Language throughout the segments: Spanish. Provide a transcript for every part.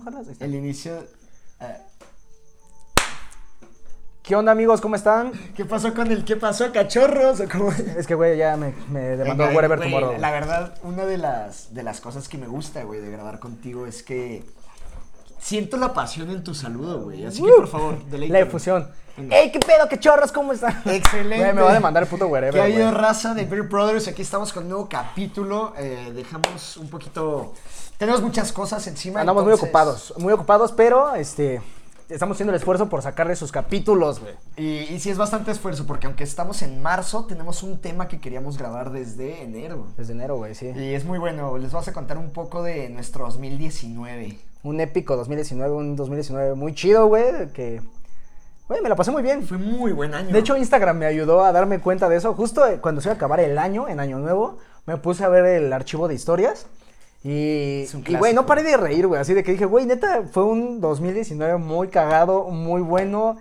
jalas. Ahí está. El inicio. ah, ¿Qué onda, amigos? ¿Cómo están? ¿Qué pasó con el qué pasó, cachorros? ¿O cómo? Es que, güey, ya me, me demandó Güey, Wherever güey, Tomorrow. La verdad, una de las, de las cosas que me gusta, güey, de grabar contigo es que siento la pasión en tu saludo, güey. Así que, Uh, por favor, deleítame. Eh, La difusión. ¡Ey, qué pedo, qué chorros! ¿Cómo están? Excelente. Güey, me va a demandar el puto Wherever, ¿Qué ha güey. habido, raza de Beer Brothers? Aquí estamos con un nuevo capítulo. eh, dejamos un poquito... Tenemos muchas cosas encima. Andamos muy entonces- ocupados, muy ocupados, pero este estamos haciendo el esfuerzo por sacarle sus capítulos, güey. Y, y sí es bastante esfuerzo, porque aunque estamos en marzo, tenemos un tema que queríamos grabar desde enero. Desde enero, güey, sí. Y es muy bueno, les vas a contar un poco de nuestro 2019. Un épico 2019, un 2019 muy chido, güey, que güey, me la pasé muy bien. Fue muy buen año. De hecho, Instagram me ayudó a darme cuenta de eso. Justo eh, cuando se iba a acabar el año, en Año Nuevo, me puse a ver el archivo de historias. Y, Es un y, güey, no clásico. paré de reír, güey. Así de que dije, güey, neta, fue un 2019 muy cagado, muy bueno,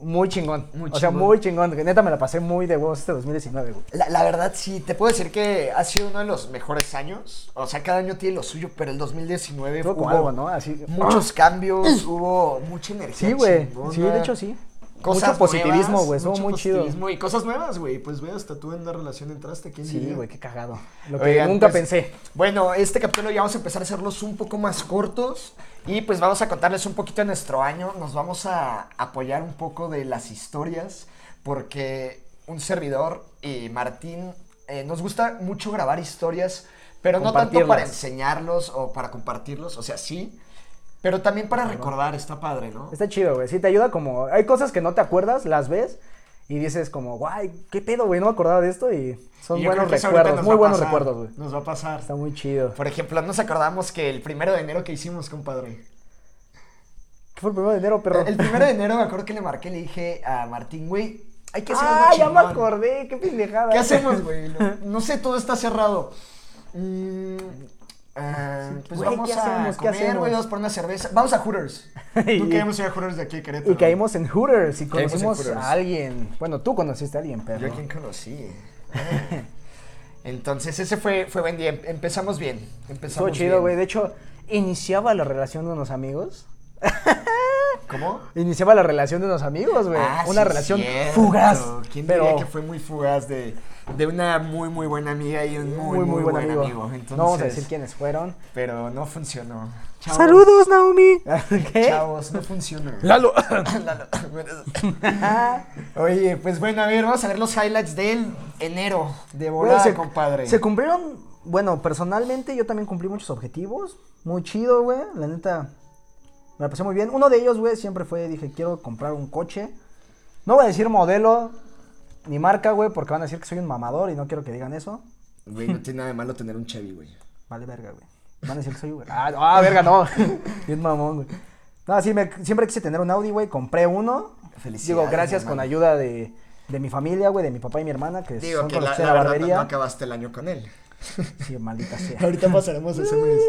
muy chingón. Muy o sea, chingón. muy chingón. que Neta, me la pasé muy de huevos este 2019, güey. la, la verdad sí, te puedo decir que ha sido uno de los mejores años. O sea, cada año tiene lo suyo, pero el 2019 Estuvo hubo como algo, ¿no? Así. muchos cambios, hubo mucha energía. Sí, güey. chingona, Sí, de hecho, sí. Cosas Mucho positivismo, nuevas, güey. Estuvo mucho muy chido. positivismo Y cosas nuevas, güey. Pues ve, hasta tú en la relación entraste. ¿quién Sí, diría? güey, qué cagado. Lo que Oigan, nunca pues, pensé. Bueno, este capítulo ya vamos a empezar a hacerlos un poco más cortos y pues vamos a contarles un poquito de nuestro año. Nos vamos a apoyar un poco de las historias porque un servidor y Martín eh, nos gusta mucho grabar historias, pero no tanto para Compartirlas. enseñarlos o para compartirlos, o sea, sí, pero también para recordar, está padre, ¿no? Está chido, güey. Sí, te ayuda como. Hay cosas que no te acuerdas, las ves y dices como, guay, qué pedo, güey, no me acordaba de esto y son Y yo creo buenos que eso ahorita recuerdos, nos muy va a buenos pasar, recuerdos, güey. Nos va a pasar. Está muy chido. Por ejemplo, nos acordamos que el primero de enero que hicimos, compadre. ¿Qué fue el primero de enero, perro? El primero de enero me acuerdo que le marqué, le dije a Martín, güey, hay que hacer algo Ah, ya me chingón. acordé, qué pendejada. ¿Qué hacemos, güey? No, no sé, todo está cerrado. Mm, ah, pues Güey, vamos ¿qué a hacemos? ¿Qué comer, hacemos? güey, vamos por una cerveza. Vamos a Hooters. No Y- queremos ir a Hooters de aquí de Querétaro. Y caímos en Hooters y Caímos en conocimos Hooters. a alguien. Bueno, tú conociste a alguien, Yo perro. a quien conocí. Ah. Entonces, ese fue, fue buen día. Empezamos bien. Estuvo Empezamos chido, güey. bien. De hecho, iniciaba la relación de unos amigos. ¿Cómo? Iniciaba la relación de unos amigos, güey. Ah, Una sí, relación cierto. fugaz. ¿Quién pero diría que fue muy fugaz de, de una muy, muy buena amiga y un muy, muy, buen, amigo? Entonces, No vamos a decir quiénes fueron. Pero no funcionó. Chavos, Saludos, Naomi. ¿Qué? Chavos, no funcionó. Lalo. Lalo. Oye, pues bueno, a ver, vamos a ver los highlights del enero de Güey, volada, se- compadre. Se cumplieron, bueno, personalmente yo también cumplí muchos objetivos. Muy chido, güey. La neta, me la pasé muy bien. Uno de ellos, güey, siempre fue, dije, quiero comprar un coche. No voy a decir modelo ni marca, güey, porque van a decir que soy un mamador y no quiero que digan eso. Güey, no tiene nada de malo tener un Chevy, güey. Vale, verga, güey. Van a decir que soy Uber. Ah, no, ah, verga, no. Bien mamón, güey. No, sí, me- siempre quise tener un Audi, güey. Compré uno. Felicidades, Digo, gracias hermano. con ayuda de, de mi familia, güey, de mi papá y mi hermana, que Digo son que con los la, que la la verdad no, barbería. no acabaste el año con él. Sí, maldita sea. Ahorita pasaremos ese mes.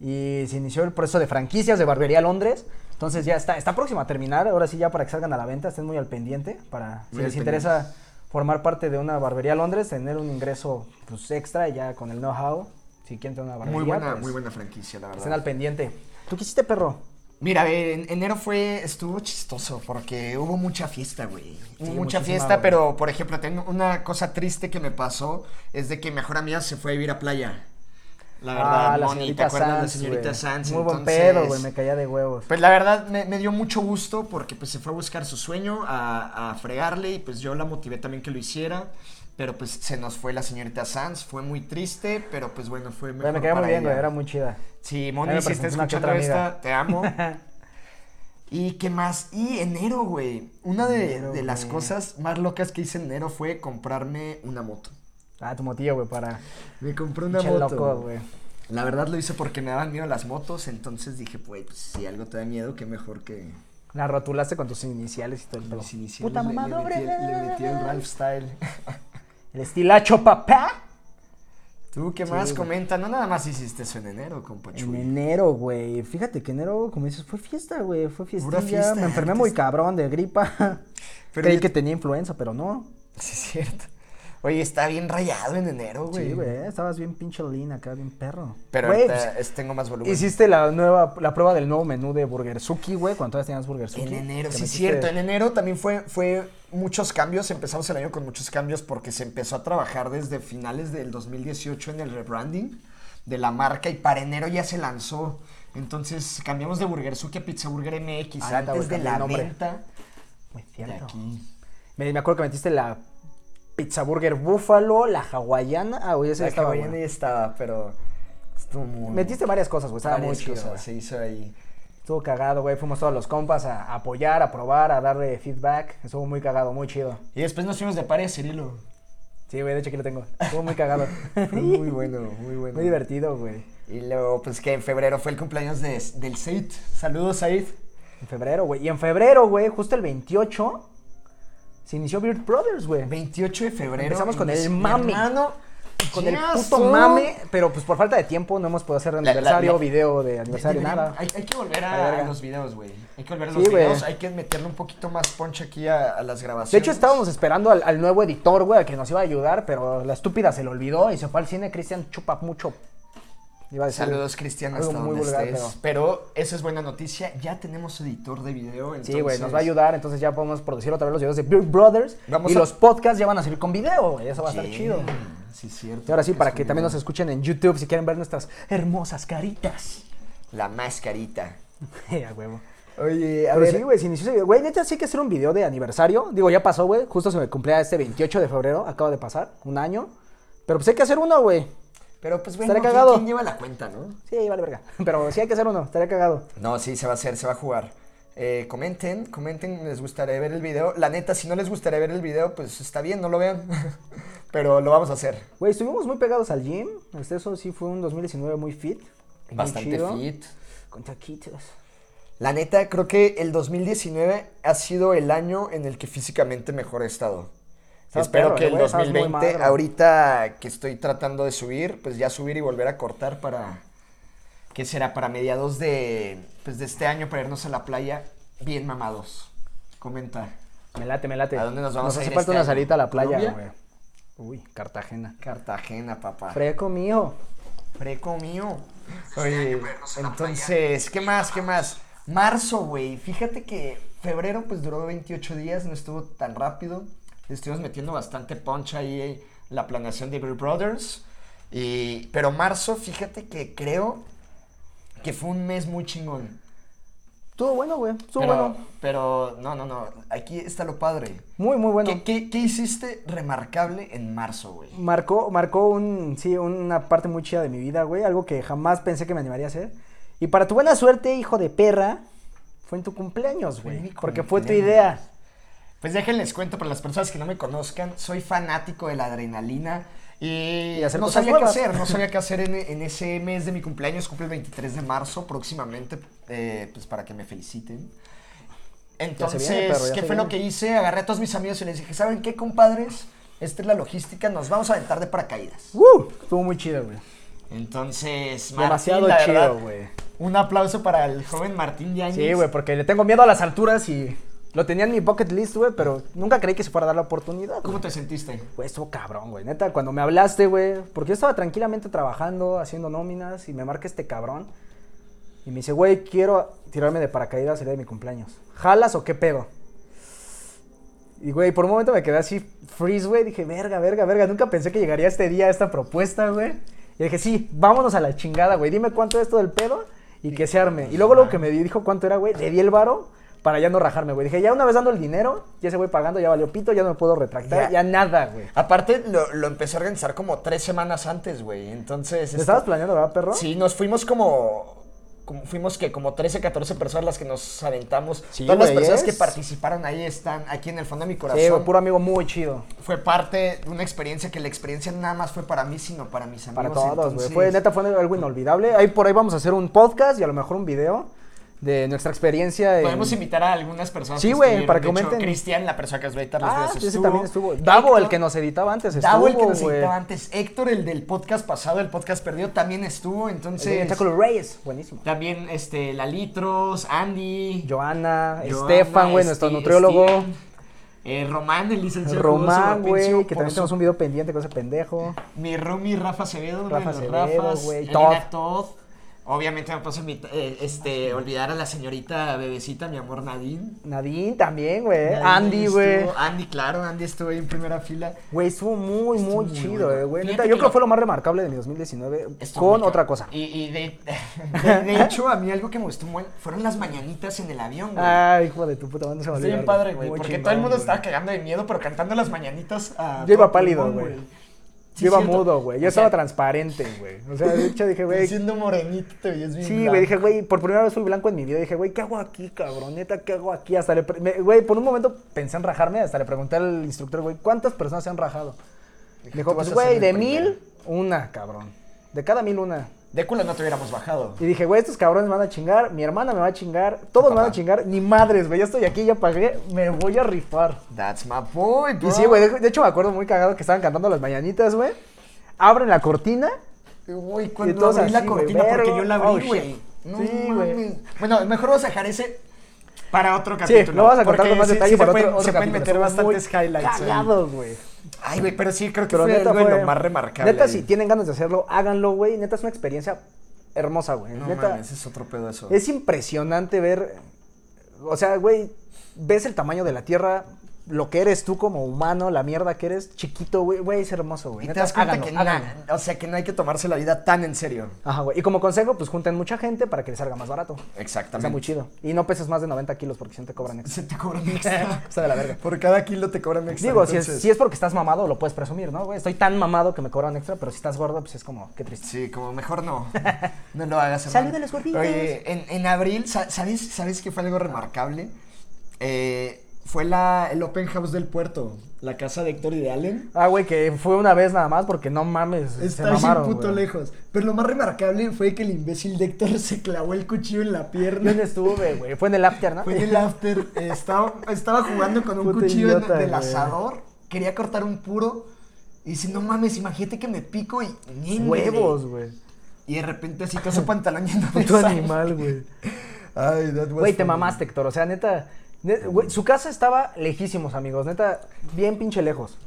Y se inició el proceso de franquicias de Barbería Londres. Entonces ya está, está próximo a terminar. Ahora sí, ya para que salgan a la venta, estén muy al pendiente. Para si Muy al les interesa formar parte de una Barbería Londres, tener un ingreso pues, extra ya con el know-how. Si quieren tener una barbería, Muy buena, pues, muy buena franquicia, la verdad. estén al pendiente. ¿Tú qué hiciste, perro? Mira, a ver, en enero fue, estuvo chistoso porque hubo mucha fiesta, güey. Hubo mucha muchísima, fiesta, güey. pero por ejemplo, tengo una cosa triste que me pasó es de que mi mejor amiga se fue a vivir a playa. La verdad, ah, la Moni, ¿te señorita acuerdas de la Sanz. señorita güey. Sanz? Muy buen Entonces, pedo, güey. Me caía de huevos. Pues la verdad me, me dio mucho gusto porque pues se fue a buscar su sueño, a, a fregarle y pues yo la motivé también que lo hiciera. Pero pues se nos fue la señorita Sanz, fue muy triste, pero pues bueno, fue Güey, mejor me caía muy para bien, güey. ella. Era muy chida. Sí, Ahí Moni, me si está presentó una que escuchando otra amiga. esta, te amo. ¿Y qué más? Y enero, güey. Una de, Enero, de las güey. cosas más locas que hice en enero fue comprarme una moto. Ah, tu motillo, güey, para. Me compré una Pinche moto. loco, güey. La verdad lo hice porque me daban miedo las motos, entonces dije, pues, pues, si algo te da miedo, qué mejor que La rotulaste con tus iniciales y todo el pedo. los iniciales. Puta le- mamá, le, metí, el- le metí el lifestyle. El estilacho, papá. ¿Tú qué Sí, más? güey. Comenta. No nada más hiciste eso en enero, En compachuelo. enero, güey. Fíjate que enero, como dices, fue fiesta, güey. Fue fiestilla. fiesta, Me enfermé antes- muy cabrón de gripa. Pero Creí yo- que tenía influenza, pero no. Sí, es cierto. Oye, está bien rayado en enero, güey. Sí, güey, eh, estabas bien pinche lean acá, bien perro. Pero Güey, ahorita pues, es- tengo más volumen. Hiciste la nueva, la prueba del nuevo menú de Burgerzuki, güey, cuando todavía tenías Burgerzuki. En enero, Te sí, es metiste- cierto. En enero también fue, fue muchos cambios. Empezamos el año con muchos cambios porque se empezó a trabajar desde finales del 2018 en el rebranding de la marca y para enero ya se lanzó. Entonces cambiamos de Burger Suki a Pizza Burger MX Ah, neta, antes güey, de cambió el la nombre. venta Muy de cierto. aquí. Me, me acuerdo que metiste la pizza burger búfalo, la hawaiana. Ah, güey, esa La estaba hawaiana buena. ya estaba, pero estuvo muy... Metiste varias cosas, güey, estaba muy varias chido. cosas, güey. Se hizo ahí. Estuvo cagado, güey. Fuimos todos los compas a a apoyar, a probar, a darle feedback. Estuvo muy cagado, muy chido. Y después nos fuimos de pares a Cirilo. Sí, güey, de hecho aquí lo tengo. Estuvo muy cagado. Fue muy bueno, muy bueno. Muy divertido, güey. Y luego, pues que en febrero fue el cumpleaños de- del Said. Saludos, Said. En febrero, güey. Y en febrero, güey, justo el 28, se inició Beard Brothers, güey. 28 de febrero. Empezamos con y el mi mame. hermano, Con el Chas, puto tú. mame, pero pues por falta de tiempo no hemos podido hacer la- aniversario, la- video de De- aniversario, deberían- nada. Hay, hay que volver La a, verga. a los videos, güey. Hay que volver a Sí, los güey. videos. Hay que meterle un poquito más ponche aquí a, a las grabaciones. De hecho, estábamos esperando al, al nuevo editor, güey, al que nos iba a ayudar, pero la estúpida se lo olvidó y se fue al cine. Cristian chupa mucho. Iba a decir- Saludos, Cristian, algo hasta muy donde vulgar, estés. Pero... esa es buena noticia. Ya tenemos editor de video. Sí, güey, nos entonces- va a ayudar, entonces ya podemos producir otra vez los videos de Beard Brothers. Vamos y a- los podcasts ya van a salir con video, güey, eso va a estar Yeah, chido. Sí, cierto. Y ahora sí, para que Escribir también nos escuchen en YouTube si quieren ver nuestras hermosas caritas. La mascarita. a huevo. Oye, Pero sí, güey, se inició ese video. Güey, neta, sí hay que hacer un video de aniversario. Digo, ya pasó, güey. Justo se me cumplía este 28 de febrero. Acaba de pasar, un año. Pero pues hay que hacer uno, güey. Pero pues bueno, Estaré ¿quién, cagado. quién lleva la cuenta, no? Sí, vale verga. Pero sí hay que hacer uno. Estaría cagado. No, sí, se va a hacer, se va a jugar. Eh, comenten, comenten, les gustaría ver el video. La neta, si no les gustaría ver el video, pues está bien, no lo vean. Pero lo vamos a hacer. Güey, estuvimos muy pegados al gym. Hasta eso sí fue un 2019 muy fit. muy Bastante chido, fit. Con taquitos. La neta, creo que el 2019 ha sido el año en el que físicamente mejor he estado. Estabas Espero perro, que el güey, estabas muy 2020, magro. ahorita que estoy tratando de subir, pues ya subir y volver a cortar para, ¿qué será? Para mediados de, pues de este año, para irnos a la playa bien mamados. Comenta. Me late, me late. ¿A dónde nos vamos nos a hace ir falta este una año? salita a la playa, güey. ¿Colombia? Uy, Cartagena. Cartagena, papá. Freco, mijo. Freco mío. Oye, entonces, ¿qué más? ¿Qué más? Marzo, güey. Fíjate que febrero pues duró 28 días, no estuvo tan rápido. Le Estuvimos metiendo bastante poncha ahí eh, la planeación de Beer Brothers. Y, pero marzo, fíjate que creo que fue un mes muy chingón. Estuvo bueno, güey. Estuvo Pero, bueno. pero no, no, no. Aquí está lo padre. Muy, muy bueno. ¿Qué, qué- qué hiciste remarcable en marzo, güey? Marcó, marcó un, sí, una parte muy chida de mi vida, güey. Algo que jamás pensé que me animaría a hacer. Y para tu buena suerte, hijo de perra, fue en tu cumpleaños, Fue en güey. mi Porque fue tu cumpleaños. idea. Pues déjenles cuento para las personas que no me conozcan, soy fanático de la adrenalina y, Y hacer no cosas sabía nuevas. qué hacer, no sabía qué hacer en, en ese mes de mi cumpleaños, cumple el 23 de marzo próximamente, eh, pues para que me feliciten. Entonces, viene, perro, ya ¿qué se fue viene. lo que hice? Agarré a todos mis amigos y les dije, ¿saben qué, compadres? Esta es la logística, nos vamos a aventar de paracaídas. ¡Uh! Estuvo muy chido, güey. Entonces, Martín, Demasiado Ah, la verdad, chido, güey. Un aplauso para el joven Martín Yáñez. Sí, güey, porque le tengo miedo a las alturas y lo tenía en mi bucket list, güey, pero nunca creí que se fuera a dar la oportunidad. ¿Cómo te sentiste? Güey, estuvo cabrón, güey. Neta, cuando me hablaste, güey. Porque yo estaba tranquilamente trabajando, haciendo nóminas, y me marca este cabrón. Y me dice, güey, quiero tirarme de paracaídas el día de mi cumpleaños. ¿Jalas o qué pedo? Y, güey, por un momento me quedé así freeze, güey. Dije, verga, verga, verga. Nunca pensé que llegaría este día esta propuesta, güey. Y dije, sí, vámonos a la chingada, güey. Dime cuánto es todo el pedo y que se arme. Y luego, luego que me dijo cuánto era, güey, le di el varo para ya no rajarme, güey. Dije, ya una vez dando el dinero, ya ese güey pagando, ya valió pito, ya no me puedo retractar, Ya. ya nada, güey. Aparte, lo, lo empecé a organizar como tres semanas antes, güey. Entonces. ¿Lo esto- estabas planeando, verdad, perro? Sí, nos fuimos como. como- fuimos que como 13, 14 personas las que nos aventamos. Sí, Todas las güey, personas es. que participaron ahí están, aquí en el fondo de mi corazón. Sí, güey, puro amigo muy chido. Fue parte de una experiencia que la experiencia nada más fue para mí, sino para mis amigos. Para todos, güey. entonces- Fue, neta, fue algo inolvidable. Ahí por ahí vamos a hacer un podcast y a lo mejor un video de nuestra experiencia. en- Podemos invitar a algunas personas. Sí, que güey, estuvieron. para que De hecho, comenten. Cristian, la persona que os va a editar los Ah, videos, sí, ese estuvo. también estuvo. Davo, el Héctor- que nos editaba antes, estuvo, Davo, el que nos güey. editaba antes. Héctor, el del podcast pasado, el podcast perdido, también estuvo. El de Entonces. Chacolo Reyes, buenísimo. También este, la Litros, Andy. Joana, Joana, este, Estefan, güey, nuestro Esti- nutriólogo. Steve. Eh, Román, el licenciado. Román, Jugoso Propicio, güey, que por también su- tenemos un video pendiente con ese pendejo. Mi roomie Rafa Acevedo, uno Rafa de los Acevedo, Rafas. güey, Elena Todd. Obviamente me paso este, olvidar a la señorita bebecita, mi amor Nadine. Nadine también, güey. Nadine Eh, Andy, güey. estuvo- Andy, claro, Andy estuvo ahí en primera fila. Güey, estuvo muy, Estuvo muy muy chido, bueno. eh, güey. Fíjate Neta, yo que creo lo- que fue lo más remarcable de mi 2019 Estuvo muy con cabrón. otra cosa. Y, y de, de- de hecho, a mí algo que me gustó muy fueron las mañanitas en el avión, güey. Ay, hijo de tu puta madre, no se me Está olvidó, bien padre, güey, Muy porque chingón, todo el mundo güey. estaba cagando de miedo, pero cantando las mañanitas a Yo iba todo pálido, pulmón, güey. Sí, Yo iba cierto. mudo, güey. Yo O sea, estaba transparente, güey. O sea, de hecho dije, güey. Siendo morenito te veías bien Sí, blanco. güey, dije, güey, por primera vez fui blanco en mi vida. Dije, güey, ¿qué hago aquí, cabrón? Neta, ¿qué hago aquí? Hasta le. pre- me- Güey, por un momento pensé en rajarme, hasta le pregunté al instructor, güey, ¿cuántas personas se han rajado? Me "Tú dijo, pues, vas a ser güey, el de primero". mil, una, cabrón. De cada mil, una. De culo no te hubiéramos bajado. Y dije, güey, estos cabrones me van a chingar, mi hermana me va a chingar, todos me van a Papá. chingar, ni madres, güey, ya estoy aquí, ya pagué, me voy a rifar. That's my boy, bro. Y sí, güey, de, de hecho me acuerdo muy cagado que estaban cantando las mañanitas, güey. Abren la cortina. Güey, cuando todos abrí la así, güey, cortina, porque verga. yo la Oh, abrí, shit. güey. No Sí, güey. mames. Bueno, mejor vamos a dejar ese para otro Sí, capítulo. lo vas a contar porque con más sí- detalle sí para se otro, pueden, otro se pueden capítulo. meter Estuvo muy bastantes highlights. ahí. Cagados, güey. Ay, güey, pero sí, creo que Pero fue neta algo de fue... lo más remarcable. Neta, ahí. si tienen ganas de hacerlo, háganlo, güey. Neta, es una experiencia hermosa, güey. No neta, mames, es otro pedo eso. Es impresionante ver, o sea, güey, ves el tamaño de la Tierra, lo que eres tú como humano, la mierda que eres, chiquito, güey, güey, es hermoso, güey. Y te Neta, das cuenta háganlo, que, háganlo. na- o sea, que no hay que tomarse la vida tan en serio. Ajá, güey. Y como consejo, pues junten mucha gente para que les salga más barato. Está muy Exactamente. chido. Y no peses más de 90 kilos porque si no te cobran extra. Se te cobran extra. Está de la verga. Por cada kilo te cobran extra. Digo, si es, entonces- si es porque estás mamado, lo puedes presumir, ¿no, güey? Estoy tan mamado que me cobran extra, pero si estás gordo, pues es como, qué triste. Sí, como mejor no. No lo hagas. Salud hermano. a los gorditos. Oye, en, en abril, sa- ¿sabes, ¿sabes qué fue algo remarcable? Eh, fue la, el Open House del puerto, la casa de Héctor y de Allen. Ah, güey, que fue una vez nada más porque no mames. se Está bien mamaron, puto güey. lejos. Pero lo más remarcable fue que el imbécil de Héctor se clavó el cuchillo en la Yo pierna. no estuve, güey. Fue en el after, ¿no? Fue en el after. Estaba, estaba jugando con un Puto cuchillo en- idiota, del güey. asador. Quería cortar un puro. Y dice, no mames, imagínate que me pico y... Huevos, güey. Y de repente así con su pantalón lleno de Puto sangre. Pues animal, güey. Ay, that was Pues Güey, te funny. mamaste, Héctor. O sea, neta. ne- güey, su casa estaba lejísimos, amigos. Neta, bien pinche lejos.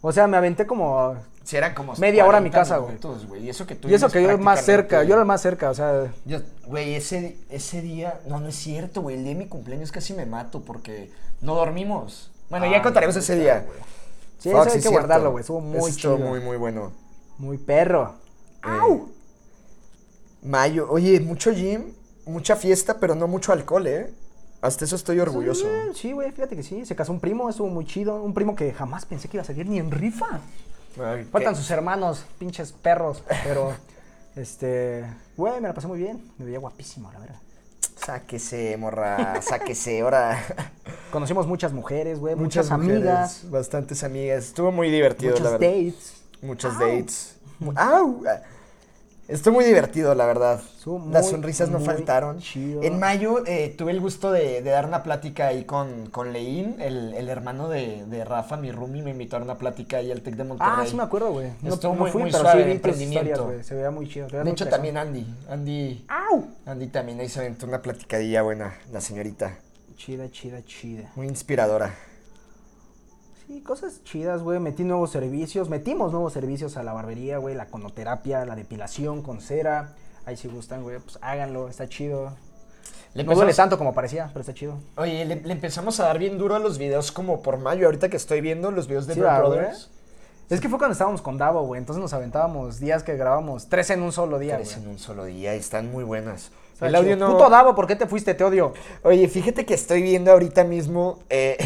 O sea, me aventé como. Sí, eran como Media hora a mi 40 casa, güey. minutos, güey. Y eso que tú Y eso vives que yo más cerca. prácticamente- Yo era el más cerca, o sea. Yo- güey, ese, ese día, no, no es cierto, güey. El día de mi cumpleaños casi me mato porque no dormimos. Bueno, ya Ay, contaremos ese día. Sí, eso Fuck, hay es que cierto. guardarlo, güey. Estuvo muy Eso estuvo chido. muy, Muy, muy bueno. perro. Eh, ¡Au! Mayo, oye, mucho gym, mucha fiesta, pero no mucho alcohol, ¿eh? Hasta eso estoy orgulloso. Sí, güey, fíjate que sí. Se casó un primo, estuvo muy chido. Un primo que jamás pensé que iba a salir ni en rifa. Ay, Faltan qué- sus hermanos, pinches perros. Pero, este. Güey, me la pasé muy bien. Me veía guapísimo, la verdad. Sáquese, morra, sáquese, ahora. Conocimos muchas mujeres, güey, muchas, amigas, mujeres, Bastantes amigas. Estuvo muy divertido, muchas la verdad. dates. Muchos Au. dates. Mu- ¡Au! Estuvo muy divertido, la verdad. Estuvo muy, Las sonrisas no muy faltaron. chido. En mayo eh, tuve el gusto de, de dar una plática ahí con, con Leín, el, el hermano de, de Rafa, mi roomie, me invitó a una plática ahí al Tec de Monterrey. Ah, sí me acuerdo, güey. No, Estuvo no muy- fui, muy pero suave sí el vi tus historias, emprendimiento. güey. Se veía muy chido. te veía De muy hecho, fregón. también Andy. Andy, ¡Au! Andy también ahí se aventó una platicadilla buena, la señorita. Chida, chida, chida. Muy inspiradora. Sí, cosas chidas, güey. Metí nuevos servicios. Metimos nuevos servicios a la barbería, güey. La conoterapia, la depilación con cera. Ahí si gustan, güey, pues háganlo. Está chido. Le no duele empezamos- tanto como parecía, pero está chido. Oye, le, le empezamos a dar bien duro a los videos como por mayo. Ahorita que estoy viendo los videos de Sí, Bear ¿verdad, güey? Brothers. Es que fue cuando estábamos con Davo, güey. Entonces nos aventábamos días que grabábamos tres en un solo día, güey. Tres en un solo día y están muy buenas. Está El audio chido. no. Puto Davo, ¿por qué te fuiste? Te odio. Oye, fíjate que estoy viendo ahorita mismo eh,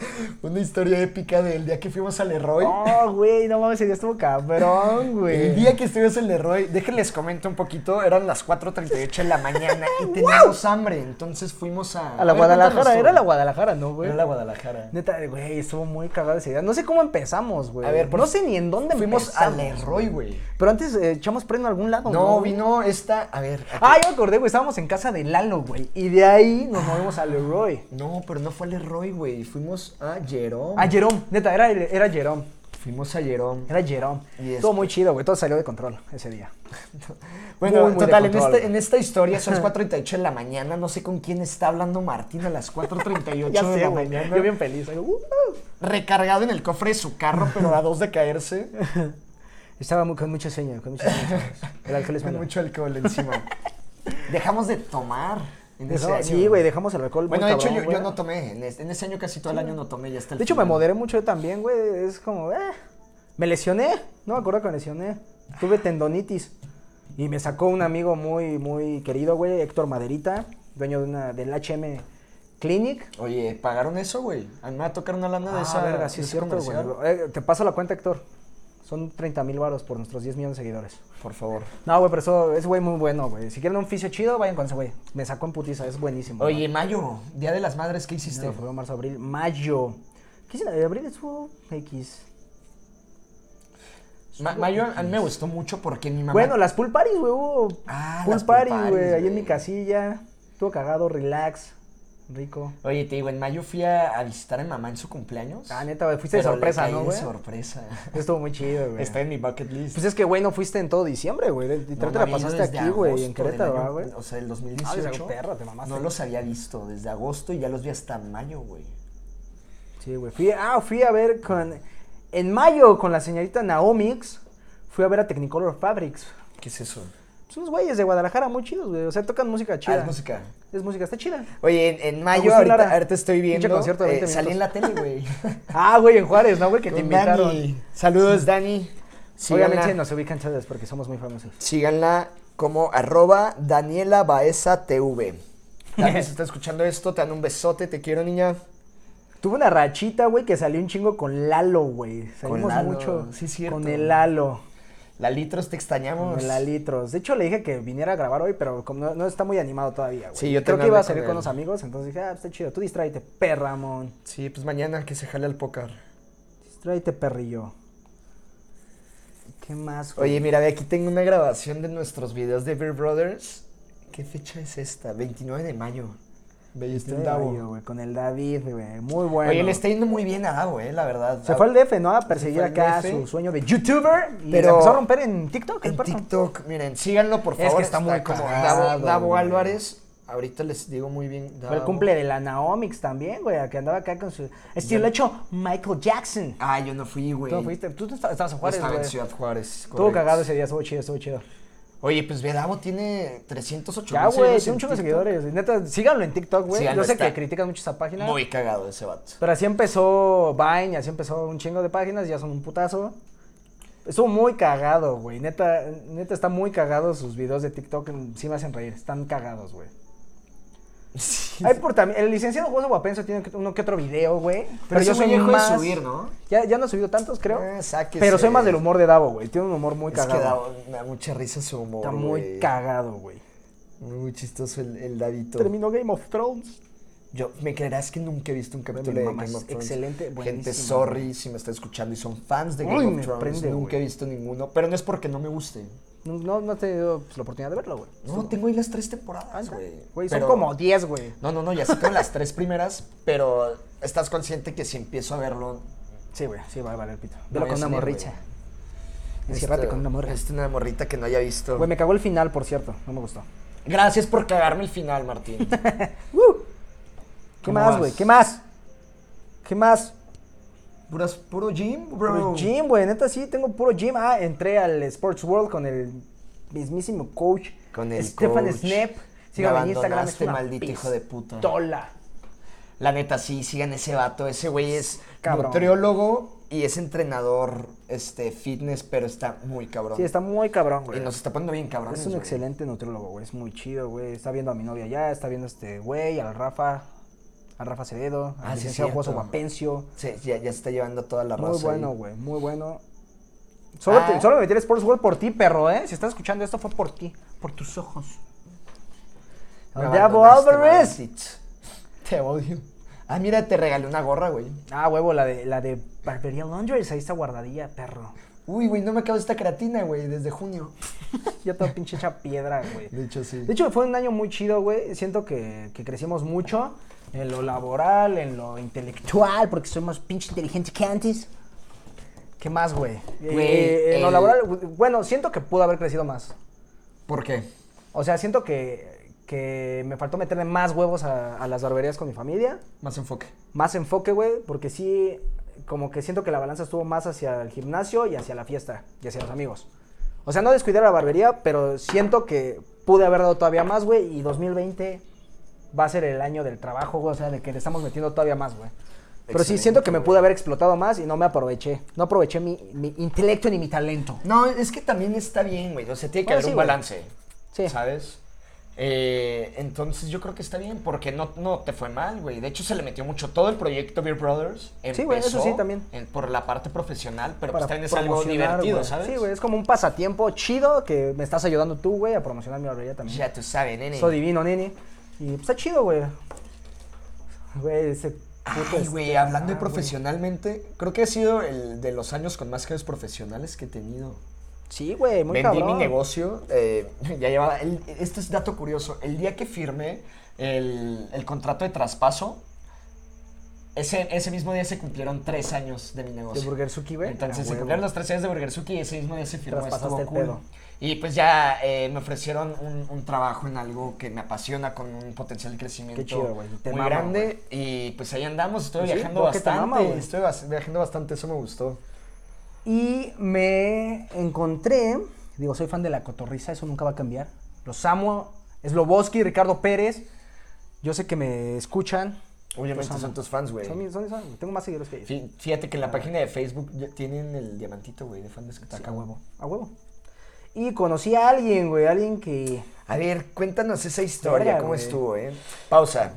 una historia épica del día que fuimos al Leroy. Oh, güey, no mames, ese día estuvo cabrón, güey. El día que estuvimos en Leroy, déjenles comento un poquito, eran las 4.38 de la mañana y teníamos hambre, entonces fuimos a... A la ver, Guadalajara, cuéntanos tú. era la Guadalajara, ¿no, güey? Era la Guadalajara. Neta, güey, estuvo muy cagada esa idea. No sé cómo empezamos, güey. A ver, por- no sé ni en dónde Fuimos empezamos. al Leroy, güey. Pero antes eh, echamos preno a algún lado, No, vino esta... A ver... aquí- Ah, yo me acordé, güey, estábamos en casa de Lalo, güey. Y de ahí nos movimos a Leroy. No, pero no fue al Leroy, güey, fuimos a Jerome. Ah, A Jerome, neta, era, era Jerome. Fuimos a Jerome. Era Jerome. Y Estuvo este- muy chido, güey. Todo salió de control ese día. Bueno, Muy, muy de total, en, control, este- güey. en esta historia son las 4.38 de la mañana. No sé con quién está hablando Martín a las 4.38 Ya de sé, la güey. mañana. Yo bien feliz. ahí, uh, uh. Recargado en el cofre de su carro, pero a dos de caerse. Estaba muy- con mucho sueño, con mucho sueño. chavos. El alcohol es Con malo. mucho alcohol encima. Dejamos de tomar en ese Dejó- año, sí, güey, dejamos el alcohol. muy Bueno, de hecho, cabrón, yo, yo güey. no tomé. En este- en ese año casi todo el año no tomé. Ya hasta el De hecho, me final. moderé mucho yo también, güey. Es como, eh. Me lesioné. No me acuerdo que me lesioné. Tuve tendonitis. Y me sacó un amigo muy, muy querido, güey, Héctor Maderita, dueño de una, del HM Clinic. Oye, ¿pagaron eso, güey? A mí me va a tocar una lana de Ah, esa. verga, sí de es ese cierto, güey. comercial. Eh, te paso la cuenta, Héctor. Son 30 mil varos por nuestros 10 millones de seguidores. Por favor. No, güey, pero eso es güey muy bueno, güey. Si quieren un fisio chido, vayan con ese güey. Me sacó en putiza, es buenísimo. Oye, este Mayo, Día de las Madres, ¿qué hiciste? Enero, febrero, marzo, abril, mayo. ¿Qué es en abril? Estuvo X. Ma- Mayo, a mí me gustó mucho porque mi mamá. Bueno, las pool parties, güey, hubo Ah, pool las pool party, parties, güey, ahí en güey. mi casilla. Estuvo cagado, relax, rico. Oye, te digo, en mayo fui a, a visitar a mi mamá en su cumpleaños. Ah, neta, güey, fuiste de pero le sorpresa, caí ¿no, de güey? sorpresa. Estuvo muy chido, güey. Está en mi bucket list. Pues es que, güey, no fuiste en todo diciembre, güey. Y No, te la mami, pasaste desde aquí, güey, agosto en del Querétaro, año- güey. O sea, el Ah, 2018. desde perro, te mamaste. no los había visto desde agosto y ya los vi hasta mayo, güey. Sí, güey. Fui, ah, fui a ver con. En mayo, con la señorita Naomix, fui a ver a Technicolor Fabrics. ¿Qué es eso? Son unos güeyes de Guadalajara muy chidos, güey. O sea, tocan música chida. Ah, es música. Ah, pues, Es música, está chida. Oye, en, en mayo Agustín ahorita, Lara. ahorita estoy Pinche viendo. concierto de eh, 20 salí en la minutos. tele, güey. Ah, güey, en Juárez, ¿no, güey? Que te Con invitaron. Dani. Saludos, Dani. Obviamente Síganla, nos ubican todos porque somos muy famosos. síganla como arroba Daniela Baeza TV. Dani, si estás escuchando esto, te dan un besote, te quiero, niña. Tuve una rachita, güey, que salió un chingo con Lalo, güey. Con Salimos Lalo, mucho sí es cierto. con el Lalo, Lalitros, te extrañamos. con el Alitros. De hecho, le dije que viniera a grabar hoy, pero como no, no está muy animado todavía, güey. Sí, yo Creo también que iba hablé a salir con con él. unos amigos, entonces dije, ah, está chido, tú distráete, perramón. Sí, pues mañana que se jale al pócar. Distráete, perrillo. ¿Qué más, güey? Oye, mira, ve, aquí tengo una grabación de nuestros videos de Beer Brothers. ¿Qué fecha es esta? 29 de mayo. Bello, está en Este Davo. gallo, güey, con el David, güey. Muy bueno. Oye, le está yendo muy bien a Davo, eh, la verdad. Se fue al DF, ¿no? A perseguir fue al acá DF. su sueño de youtuber. Y Pero- pero... empezó a romper en TikTok. el En perro. TikTok, miren, síganlo por Es que favor. está muy como cagado, Davo, Davo güey. Álvarez. Ahorita les digo muy bien. Davo. Fue el cumple de la Naomix también, güey, que andaba acá con su estilo hecho Michael Jackson. Ah, yo no fui, güey. Tú no fuiste, tú no estabas, estabas en Yo Juárez, Estaba en güey. Ciudad Juárez. Estuvo correcto. cagado ese día, estuvo chido, estuvo chido. Oye, pues ve, Davo tiene 308 Ya, güey, mil tiene un seguidores en chingo de TikTok. seguidores. Neta, síganlo en TikTok, güey. Síganlo, Yo sé está que critican mucho esa página. Muy cagado ese vato. Pero así empezó Vine, así empezó un chingo de páginas, ya son un putazo. Estuvo muy cagado, güey. Neta, neta está muy cagado sus videos de TikTok. Sí me hacen reír, están cagados, güey. Hay por también, el licenciado José Guapenso tiene que- uno que otro video, güey. Pero, yo soy más... de subir, ¿no? Ya, ya no ha subido tantos, creo. Ah, sáquese. pero soy más del humor de Davo, güey. Tiene un humor muy Es que cagado. Davo me da mucha risa su humor. Está muy güey. cagado, güey. Muy chistoso el, el Davito. Terminó Game of Thrones. Yo, me creerás que nunca he visto un capítulo mi de mamá Game es of Thrones. excelente, Gente, buenísima, sorry si me está escuchando y son fans de Game Uy, of me Thrones. prende, nunca güey. he visto ninguno, pero no es porque no me guste. No, no, no he tenido pues, la oportunidad de verlo, güey. No, tengo ahí las tres temporadas, güey. Güey, son Pero- como 10, güey. No, no, no, ya sé tengo las tres primeras, pero estás consciente que si empiezo a verlo... Sí, güey, sí, va a valer pito. No Velo voy a con una salir, morricha. güey. Enciérrate Esto- con una morra. esto es este, una morrita que no haya visto. Güey, me cagó el final, por cierto. No me gustó. Gracias por cagarme el final, Martín. ¡Woo! ¿Qué ¿Cómo más, vas? güey? ¿Qué más? ¿Qué más? Puras- puro gym, bro. Puro Pues gym, güey. Neta, sí, tengo puro gym. Ah, entré al Sports World con el mismísimo coach. Con el Stefan coach. Snap. Me Síganme en Instagram. abandonaste, Este maldito hijo de puta. Pistola. La neta, sí, sigan ese vato. Ese güey es Cabrón. nutriólogo y es entrenador este, fitness, pero está muy cabrón. Sí, está muy cabrón, Y güey. nos está poniendo bien cabrón. Es un excelente nutriólogo, güey. Es muy chido, güey. Está viendo a mi novia ya, está viendo a este güey, al Rafa, al Rafa Acevedo, Ah, al sí, licenciado José cierto. Guapencio. Sí, ya, ya está llevando toda la raza. Muy ahí. bueno, güey. Muy bueno. Solo, Ah. te- solo me metí al Sports World por ti, perro, ¿eh? Si estás escuchando esto, fue por ti, por tus ojos. Me Al Diablo abandonaste, Álvarez. maldito. este Te odio. Ah, mira, te regalé una gorra, güey. Ah, huevo, la de, la de Barbería Laundries, ahí está guardadilla, perro. Uy, güey, no me acabo esta creatina, güey, desde junio. Ya toda pinche hecha piedra, güey. De hecho, sí. De hecho, fue un año muy chido, güey. Siento que, que crecimos mucho en lo laboral, en lo intelectual, porque soy más pinche inteligente que antes. ¿Qué más, güey? Güey, Eh, en lo el- laboral, bueno, siento que pudo haber crecido más. ¿Por qué? O sea, siento que, que me faltó meterle más huevos a, a las barberías con mi familia. Más enfoque. Más enfoque, güey, porque sí, como que siento que la balanza estuvo más hacia el gimnasio y hacia la fiesta y hacia los amigos. O sea, no descuidar la barbería, pero siento que pude haber dado todavía más, güey, y 2020 va a ser el año del trabajo, güey, o sea, de que le estamos metiendo todavía más, güey. Pero sí, Excelente, siento que me güey. pude haber explotado más y no me aproveché. No aproveché mi, mi intelecto ni mi talento. No, es que también está bien, güey. O sea, tiene Bueno, que haber sí, un güey. balance. Sí. ¿Sabes? Eh, entonces yo creo que está bien, porque no, no te fue mal, güey. De hecho, se le metió mucho todo el proyecto Beer Brothers. Sí, güey, eso sí, empezó también. en- por la parte profesional, pero para pues también es algo promocionar, divertido, güey. ¿sabes? Sí, güey, es como un pasatiempo chido que me estás ayudando tú, güey, a promocionar mi barbería también. Ya tú sabes, nene. Soy divino, nene. Y pues, está chido, güey. Güey, ese puto Ay, es- güey, hablando de Ah, güey. profesionalmente, creo que ha sido el de los años con más jefes profesionales que he tenido. Sí, güey, muy Vendí cabrón. mi negocio, eh, ya llevaba, el- este es dato curioso, el día que firmé el, el contrato de traspaso, ese, ese mismo día se cumplieron tres años de mi negocio. De Burger Suki, güey. Entonces Ah, se güey, cumplieron güey. los tres años de Burgersuki y ese mismo día se firmó Traspasaste estuvo el cool. pedo. Y pues ya eh, me ofrecieron un, un trabajo en algo que me apasiona con un potencial de crecimiento Qué chido, güey, te muy mama, grande. Y pues ahí andamos, estoy Pues sí, viajando ¿por qué te bastante. mama, güey? estoy bas- viajando bastante, eso me gustó. Y me encontré, digo, soy fan de la cotorriza, eso nunca va a cambiar. Los amo, Sloboski, Ricardo Pérez. Yo sé que me escuchan. Obviamente Los amo. son tus fans, güey. Pues, Son mis- son mis- son- tengo más seguidores que ellos. Fí- Fíjate que en la página de Facebook ya tienen el diamantito, güey, de fan de Sí, Zacatecas. a huevo, a huevo. Y conocí a alguien, güey, alguien que... A ver, cuéntanos esa historia, Verga, cómo güey. estuvo, ¿eh? Pausa.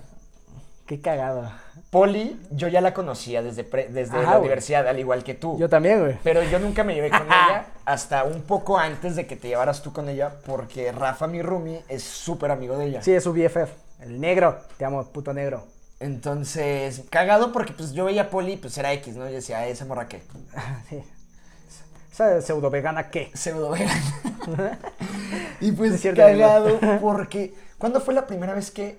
Qué cagada. Poli, yo ya la conocía desde, pre- desde Ajá, la güey. universidad, al igual que tú. Yo también, güey. Pero yo nunca me llevé con ella hasta un poco antes de que te llevaras tú con ella, porque Rafa, mi roomie, es súper amigo de ella. Sí, es su BFF. El negro. Te amo, puto negro. Entonces, cagado porque pues yo veía a Poli, pues era X, ¿no? Yo decía, "Ah, esa morra qué. Sí. Esa pseudo vegana, ¿qué? Pseudo vegan. y pues Es cierto, cagado porque. ¿Cuándo fue la primera vez que.?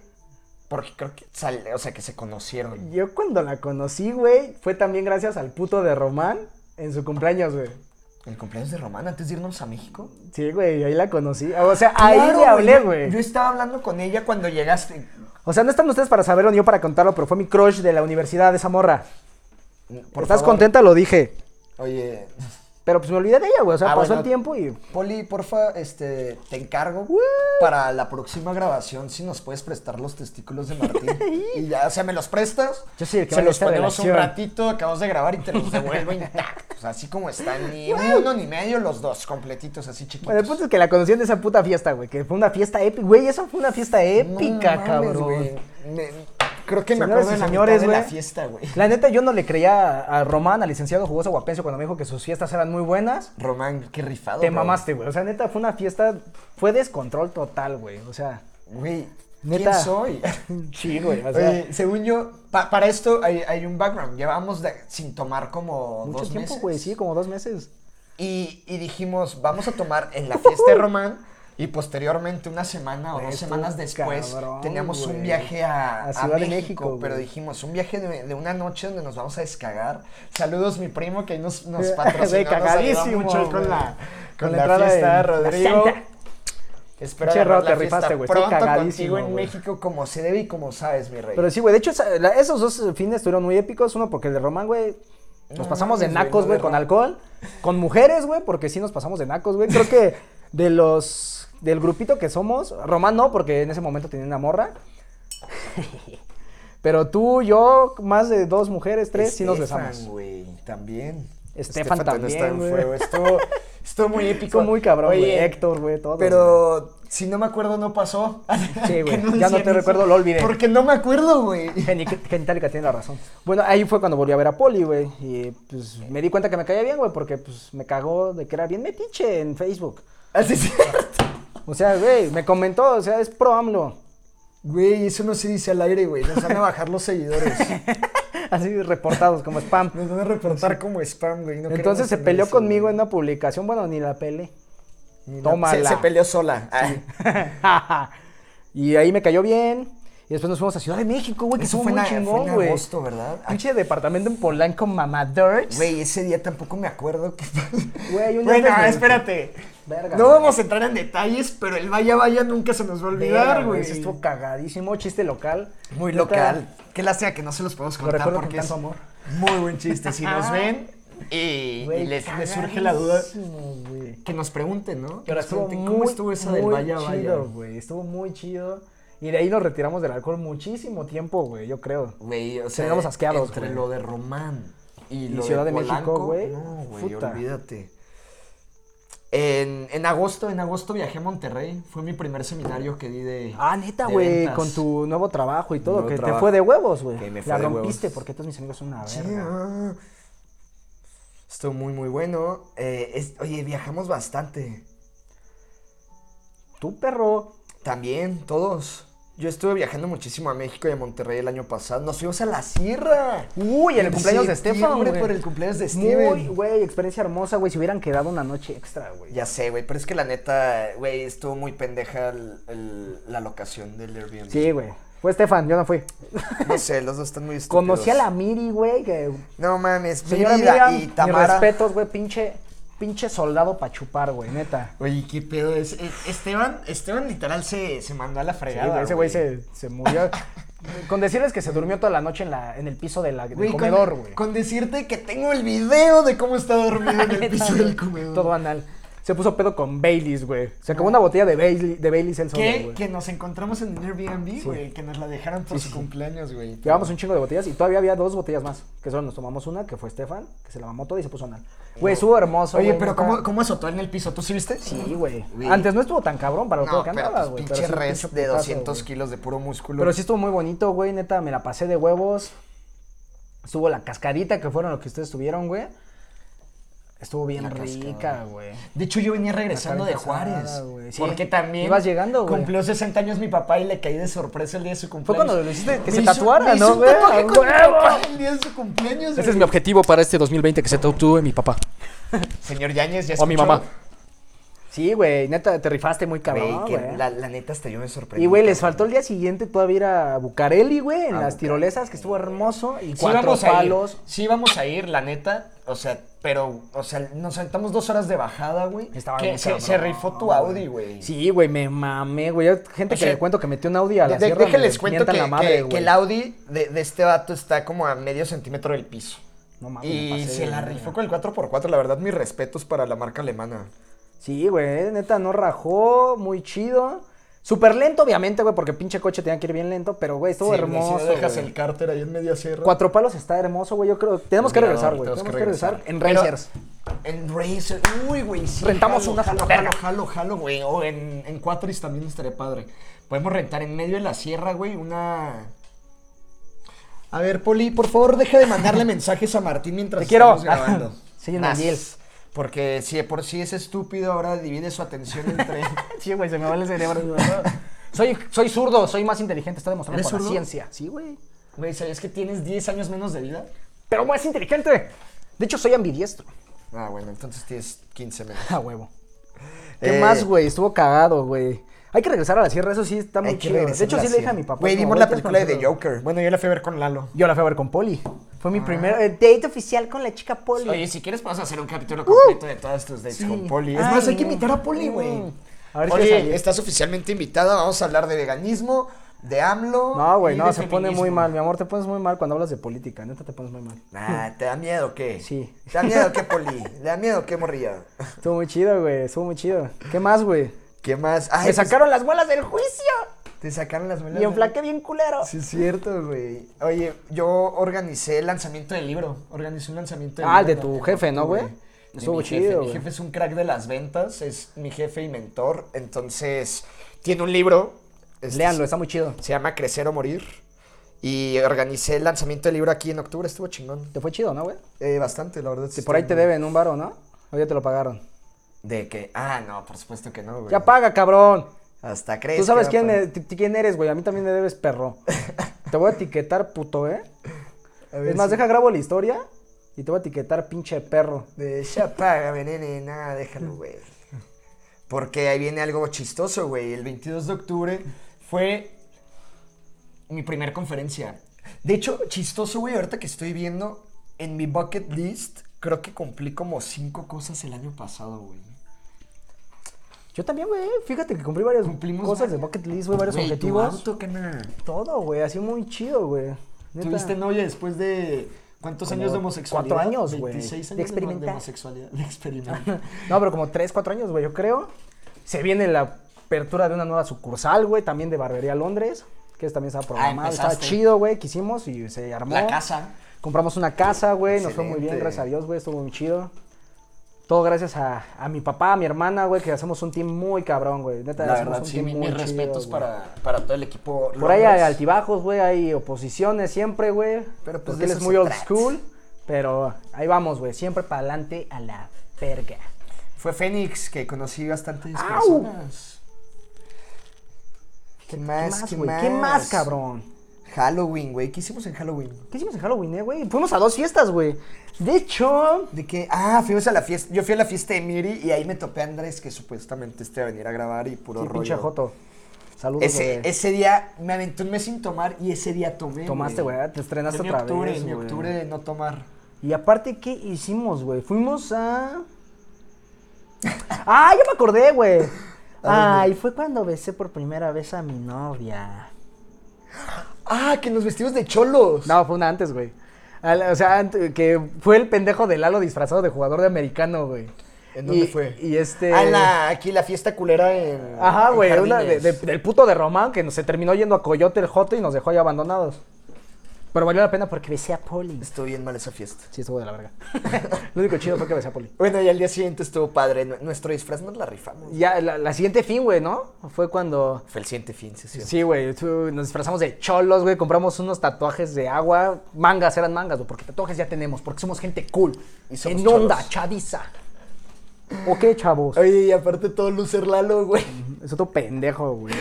Porque creo que sale, o sea, que se conocieron. Yo cuando la conocí, güey, fue también gracias al puto de Román en su cumpleaños, güey. El cumpleaños de Román antes de irnos a México. Sí, güey, ahí la conocí. O sea, ahí Claro, le hablé, yo- Yo güey. estaba hablando con ella cuando llegaste. O sea, no están ustedes para saberlo ni yo para contarlo, pero fue mi crush de la universidad, esa morra. Por ¿Estás favor. contenta? Lo dije. Oye, Pero pues me olvidé de ella, güey. O sea, Ah, pasó bueno. el tiempo y Poli, porfa, este, te encargo para la próxima grabación si nos puedes prestar los testículos de Martín. y ya, o sea, me los prestas. Yo soy el que se va a los esta ponemos un relación. ratito, acabamos de grabar y te los devuelvo intactos, así como están, ni uno ni medio, los dos completitos, así chiquitos. Bueno, pues, el punto es que la conocí en esa puta fiesta, güey. Que fue una fiesta épica. Güey, esa fue una fiesta No épica, mames, cabrón. güey. Me- creo que me Señoras acuerdo de y la señores, mitad de la güey. fiesta, güey. La neta, yo no le creía a a Román, al licenciado jugoso guapencio, cuando me dijo que sus fiestas eran muy buenas. Román, qué rifado. Te bro. mamaste, güey. O sea, neta, fue una fiesta. Fue descontrol total, güey. O sea, Güey, ¿quién Neta. soy? sí, güey. O sea, Oye, según yo, pa- para esto hay, hay un background. Llevamos de- sin tomar como mucho dos tiempo, meses. güey. Sí, como dos meses. Y, y dijimos, vamos a tomar en la fiesta de Román. Y posteriormente, una semana o Güey, dos estuvo semanas después, cabrón, teníamos un güey. viaje a, A Ciudad de México, pero güey. dijimos, un viaje de, de una noche donde nos vamos a descagar. Saludos, mi primo, que ahí nos, nos Güey, patrocinó. nos ayudó cagadísimo, mucho ahí con güey. la, con Con la, la entrada fiesta, de- Rodrigo. la Santa. Espero Pinche agarrar Ro, la te fiesta rifaste, güey, estoy Pronto cagadísimo, contigo en güey. México, como se debe y como sabes, mi rey. Pero sí, güey. De hecho, esa- la- esos dos fines estuvieron muy épicos. Uno porque el de Román, güey. Nos No pasamos de mames, güey, nacos, no güey, de con Román. alcohol. Con mujeres, güey, porque sí nos pasamos de nacos, güey. Creo que de los. Del grupito que somos. Román no, porque en ese momento tenía una morra. Pero tú, yo, más de dos mujeres, tres, sí nos Estefan, besamos. güey, también. Estefan también también, está en güey. fuego. Estuvo, estuvo muy épico. Estuvo muy cabrón, Oye, güey. Héctor, güey, todo. Pero si no me acuerdo, no pasó. Sí, güey, ya Que no decían te eso. recuerdo, lo olvidé. Porque no me acuerdo, güey. Genitalica tiene la razón. Bueno, ahí fue cuando volví a ver a Poli, güey. Y pues me di cuenta que me caía bien, güey, porque pues me cagó de que era bien metiche en Facebook. Así es. O sea, güey, me comentó, o sea, es pro AMLO. Güey, eso no se dice al aire, güey. Nos van a bajar los seguidores. Así reportados como spam. Nos van a reportar como spam, güey. No Entonces queremos se tener peleó eso, conmigo güey. en una publicación, bueno, ni la peleé. Ni la- Tómala. Se, se peleó sola. Ah. y ahí me cayó bien. Y después nos fuimos a Ciudad de México, güey, que Eso estuvo fue muy en a- fue chingón, en güey. agosto, ¿verdad? Ah, Pinche departamento en Polanco, mamadurch. Güey, ese día tampoco me acuerdo que... Güey, un día bueno, antes me- espérate. Verga, no güey. vamos a entrar en detalles, pero el vaya vaya nunca se nos va a Verga, olvidar, güey, güey. ese Estuvo cagadísimo, chiste local. Muy Neta, local. Qué lástima que no se los podemos Lo contar recuerdo con porque es tanto amor. muy buen chiste. Si nos ven y, y Güey, les, les surge la duda, cagadísimo, güey. que nos pregunten, ¿no? Que Pero nos estuvo pregunten muy, cómo estuvo esa del muy Vaya Vaya. chido, güey. Estuvo muy chido. Y de ahí nos retiramos del alcohol muchísimo tiempo, güey, yo creo. Güey, o sea, Terminamos asqueados, entre güey. lo de Román y, Y lo Ciudad de de, México, Polanco, güey, No, güey, puta. olvídate. En, en agosto, en agosto viajé a Monterrey. Fue mi primer seminario que di de. Ah, neta, de güey, ventas. con tu nuevo trabajo y todo, Nuevo que te trabajo. fue de huevos, güey. Que me fue La de rompiste huevos. porque todos mis amigos son una Sí, verga. ah. Estuvo muy, muy bueno. Eh, es- oye, viajamos bastante. Tú, perro. También, todos. Yo estuve viajando muchísimo a México y a Monterrey el año pasado. Nos fuimos a la sierra. Uy, el En cumpleaños de Estefan, septiembre güey. por el cumpleaños de Muy, Steven. güey, experiencia hermosa, güey. Si hubieran quedado una noche extra, güey. Ya sé, güey, pero es que la neta, güey, estuvo muy pendeja el- el- la locación del Airbnb. Sí, güey. Fue Estefan, yo no fui. No sé, los dos están muy estúpidos. Conocí a la Miri, güey, que... No mames, Señora Mérida Miriam, y mis Tamara. respetos, güey, pinche, pinche soldado pa' chupar, güey, neta. Oye, qué pedo es. Eh, Esteban, Esteban literal se, se mandó a la Sí, fregada. güey, ese güey se, se murió. con decirles que se durmió toda la noche en, la, en el piso de la, del Güey, con- comedor, Con, güey. decirte que tengo el video de cómo está dormido en el piso del comedor. Todo anal. Se puso pedo con Baileys, güey. Se acabó una botella de Baileys, de Baileys él solo, que, güey. que nos encontramos en el Airbnb, güey, que nos la dejaron por su cumpleaños, güey. Llevamos un chingo de botellas y todavía había dos botellas más. Que solo nos tomamos una, que fue Estefan, que se la mamó toda y se puso anal. Güey, estuvo hermoso, Oye, güey, pero neta. ¿cómo, ¿cómo azotó en el piso? ¿Tú sí viste? Sí, güey. Güey. Antes no estuvo tan cabrón para lo No, que pero andaba, pues, güey. pero pinche sí, un res pinche de putazo, 200 güey. kilos de puro músculo. Pero sí estuvo muy bonito, güey, neta, me la pasé de huevos. Estuvo la cascadita que fueron lo que ustedes tuvieron, güey. Estuvo bien La rica, cascada. güey. De hecho, yo venía regresando de Acá en Juárez. Casada, güey. Sí. Porque también. Ibas llegando, güey. Cumplió 60 años mi papá y le caí de sorpresa el día de su cumpleaños. cuando lo hiciste que Me se hizo- tatuara, me hizo ¿no, un güey? tatuaje ¡A con mi huevo! papá el día de su cumpleaños, güey. objetivo para este 2020, que se tatúe mi papá. Señor Yáñez, ya O mi escuchó. mamá. Sí, güey, neta, te rifaste muy cabrón, Güey, que güey. la, la neta hasta yo me sorprendí. Y, güey, les cabrón. faltó el día siguiente todavía ir a Bucareli, güey, en A las Bucareli, tirolesas, que estuvo hermoso. Y Sí cuatro vamos palos. a ir, sí vamos a ir, la neta, o sea, pero, o sea, nos sentamos dos horas de bajada, güey, Estaba que bien se, cabrón, se rifó tu Audi, güey. Sí, güey, me mamé, güey. Hay Gente O que sea, le cuento que metió un Audi a la De- sierra. me déjenles cuento mientan que, la madre, que- que güey. el Audi de, de este vato está como a medio centímetro del piso. No mames, y me pasé se de la verga. rifó con el 4x4, la verdad, mis respetos para la marca alemana. Sí, güey, neta, no rajó, muy chido. Súper lento, obviamente, güey, porque pinche coche tenía que ir bien lento, pero, güey, estuvo Sí, güey, hermoso. Si no dejas güey. el cárter ahí en media sierra. Cuatro palos está hermoso, güey, yo creo. Tenemos que Mirador, regresar, güey. Tenemos que regresar en Racers. Pero En Racers. Uy, güey, sí. Rentamos jalo, una jalo, verga. jalo, jalo, jalo, güey. O en, en Cuatris también estaría padre. Podemos rentar en medio de la sierra, güey, una. A ver, Poli, por favor, deja de mandarle mensajes a Martín mientras Te quiero. estamos grabando. Sí, Nadiel. Más. Porque si de por sí es estúpido, ahora divide su atención entre. Sí, güey, se me va el cerebro. soy, soy zurdo, soy más inteligente, está demostrado ¿Eres por la zurdo? ciencia. Sí, güey. Güey, ¿sabías que tienes 10 años menos de vida? Pero más inteligente. De hecho, soy ambidiestro. Ah, bueno, entonces tienes 15 menos. A huevo. ¿Qué Eh. más, güey? Estuvo cagado, güey. Hay que regresar a la sierra, eso sí está muy Hay que chido. regresar De hecho, a la sí le dije sierra. a mi papá. Güey, como, vimos la ¿quieres película de The conocerlo? Joker. Bueno, yo la fui a ver con Lalo. Yo la fui a ver con Poli. Fue Ah. mi primer eh, date oficial con la chica Poli. Oye, si quieres podemos hacer un capítulo completo de todas tus dates Uh, Sí. con Poli. Es Ay, más, hay no. que invitar a Poli, güey. Mm. A ver si Oye, sale. estás oficialmente invitada. Vamos a hablar de veganismo, de AMLO. No, güey, y no, de se pone feminismo. muy mal. Mi amor, te pones muy mal cuando hablas de política. Neta, te pones muy mal. Nah, Ah, ¿te da miedo o qué? Sí. ¿Te da miedo o qué, Poli? ¿Te da miedo o qué, morrilla? Estuvo muy chido, güey. Estuvo muy chido. ¿Qué más, güey? ¿Qué más? Ay, Me pues, sacaron las muelas del juicio. Te sacaron las muelas. Y ¿no? enflaqué bien culero. Sí, es cierto, güey. Oye, yo organicé el lanzamiento del libro. Organicé un lanzamiento del Ah, el de libro. tu no te jefe, acuerdo, ¿no, güey? De Estuvo mi jefe. chido, Mi güey. jefe es un crack de las ventas, es mi jefe y mentor. Entonces, tiene un libro. este, Leanlo, está muy chido. Se llama Crecer o Morir. Y organicé el lanzamiento del libro aquí en octubre. Estuvo chingón. Te fue chido, ¿no, güey? Eh, bastante, la verdad. Si por ahí te deben un varo, ¿no? O ya te lo pagaron. De que. Ah, no, por supuesto que no, güey. Ya paga, cabrón. Hasta crees. Tú sabes que va quién, a e- ti- ti- quién eres, güey. A mí también me debes perro. te voy a etiquetar, puto, ¿eh? pagar. A ver Es más, si- deja grabo la historia y te voy a etiquetar, pinche perro. De ya págame, nene, nada, déjalo, güey. Porque ahí viene algo chistoso, güey. El 22 de octubre fue mi primer conferencia. De hecho, chistoso, güey, ahorita que estoy viendo, en mi bucket list, creo que cumplí como cinco cosas el año pasado, güey. Yo también, güey. Fíjate que cumplí varias Cumplimos cosas de varias- bucket list, güey, varios Güey, tu objetivos. auto, carnal. Todo, güey, así muy chido, güey. Neta. ¿Tuviste novia después de cuántos Como años de homosexualidad? cuatro años, güey. 26 De años de, experimentar. de homosexualidad. De experimentar. No, pero como 3, 4 años, güey, yo creo. Se viene la apertura de una nueva sucursal, güey, también de Barbería Londres, que esa también estaba programada. estaba Ah, empezaste. chido, güey, que hicimos y se armó. La casa. Compramos una casa, güey, nos fue muy bien, Excelente. gracias a Dios, güey, estuvo muy chido. Todo gracias a, a mi papá, a mi hermana, güey, que hacemos un team muy cabrón, güey. Neta, La hacemos verdad, un sí, team mi- muy mis chido, respetos güey. para, para todo el equipo. Por ahí hay Londres. altibajos, güey, hay oposiciones siempre, güey. Pero, pues, porque de él eso es muy se old trata. school, pero ahí vamos, güey, siempre para adelante a la verga. Fue Fénix, que conocí bastantes ¡Au! personas. ¿Qué ¿Qué más? más, güey? ¿Qué más, cabrón? Halloween, güey. ¿Qué hicimos en Halloween? ¿Qué hicimos en Halloween, eh, güey? Fuimos a dos fiestas, güey. De hecho, ¿De qué? Ah, fuimos a la fiesta. Yo fui a la fiesta de Miri y ahí me topé a Andrés, que supuestamente este va a venir a grabar y puro sí, rollo. pinche Joto. Saludos, Ese, güey. ese día me aventé un mes sin tomar y ese día tomé. Tomaste, güey, te estrenaste Fue mi otra octubre, vez, Mi güey. octubre de no tomar. Y aparte, ¿qué hicimos, güey? Fuimos a. ¡Ah, ya me acordé, güey! Ay, fue cuando besé por primera vez a mi novia. Ah, que nos vestimos de cholos. No, fue una antes, güey. Al- O sea, ant- que fue el pendejo de Lalo disfrazado de jugador de americano, güey. ¿En dónde Y- fue? Y este. Ah, en la- aquí la fiesta culera en. Ajá, en güey, una de- Jardines. de- del puto de Román que nos- se terminó yendo a Coyote el Joto y nos dejó ahí abandonados. Pero valió la pena porque besé a Poli. Estuvo bien mal esa fiesta. Sí, estuvo de la verga. Lo único chido fue que besé a Poli. Bueno, y al día siguiente estuvo padre. Nu- Nuestro disfraz nos la rifamos. Ya, la, la siguiente fin, güey, ¿no? Fue cuando. Fue el siguiente fin, sí, sí. Sí, güey, tú- nos disfrazamos de cholos, güey, compramos unos tatuajes de agua. Mangas eran mangas, güey, porque tatuajes ya tenemos, porque somos gente cool. Y somos Pues, en onda, cholos. chaviza. ¿O qué, chavos? Oye, y aparte todo Lucer Lalo, güey. Es otro pendejo, güey.